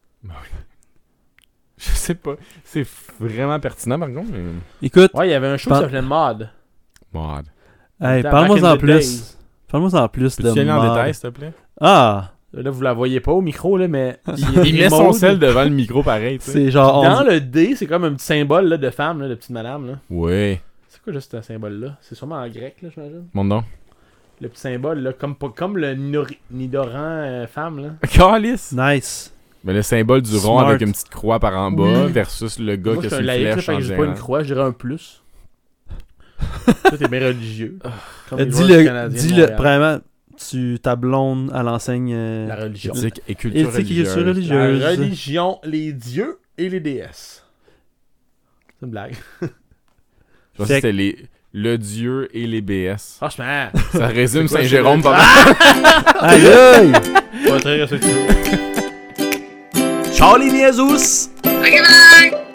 Je sais pas. C'est vraiment pertinent, par contre. Mais...
Écoute,
Ouais, il y avait un show
Pan-
qui s'appelait Mod.
Mod.
hey,
Dans
parle-moi
Back in
en
the
plus.
Days.
Parle-moi en plus de
Peux-tu y aller en
Maud.
détail, s'il te plaît?
Ah,
Là, vous la voyez pas au micro, là, mais.
Il met son
Maud.
sel devant le micro, pareil, tu sais.
c'est genre.
Dans
Ah, on-
le D, c'est comme un petit symbole là, de femme, là, de petite madame. Là.
Ouais.
C'est quoi juste un symbole-là C'est sûrement en grec, là, j'imagine.
Mon nom.
Le petit symbole, là, comme, pas- comme le Nidori- Nidoran euh, femme. Là.
Calice!
Nice.
Mais le symbole du rond
Smart.
avec une petite croix par en bas versus le gars
Moi,
qui
je
a
suis un
une
laïc, là,
flèche
fait
en
que j'ai pas une
géant.
croix, je dirais un plus. Toi, t'es bien religieux. Ah, comme
Euh,
les joueurs du
Dis-le,
Canadien de
dis-le,
Montréal.
vraiment, tu, ta blonde à l'enseigne. euh,
La religion.
Éthique et culture
Éthique et
religieuse.
culture
La
religieuse.
religion, les dieux et les déesses. C'est une blague.
Je pense que c'était les... le dieu et les BS.
Franchement,
Ça résume
quoi,
Saint-Jérôme
c'est le-
pas mal.
Aïe, aïe!
pas très respectueux.
Charlie Jesus!
Ok, bye!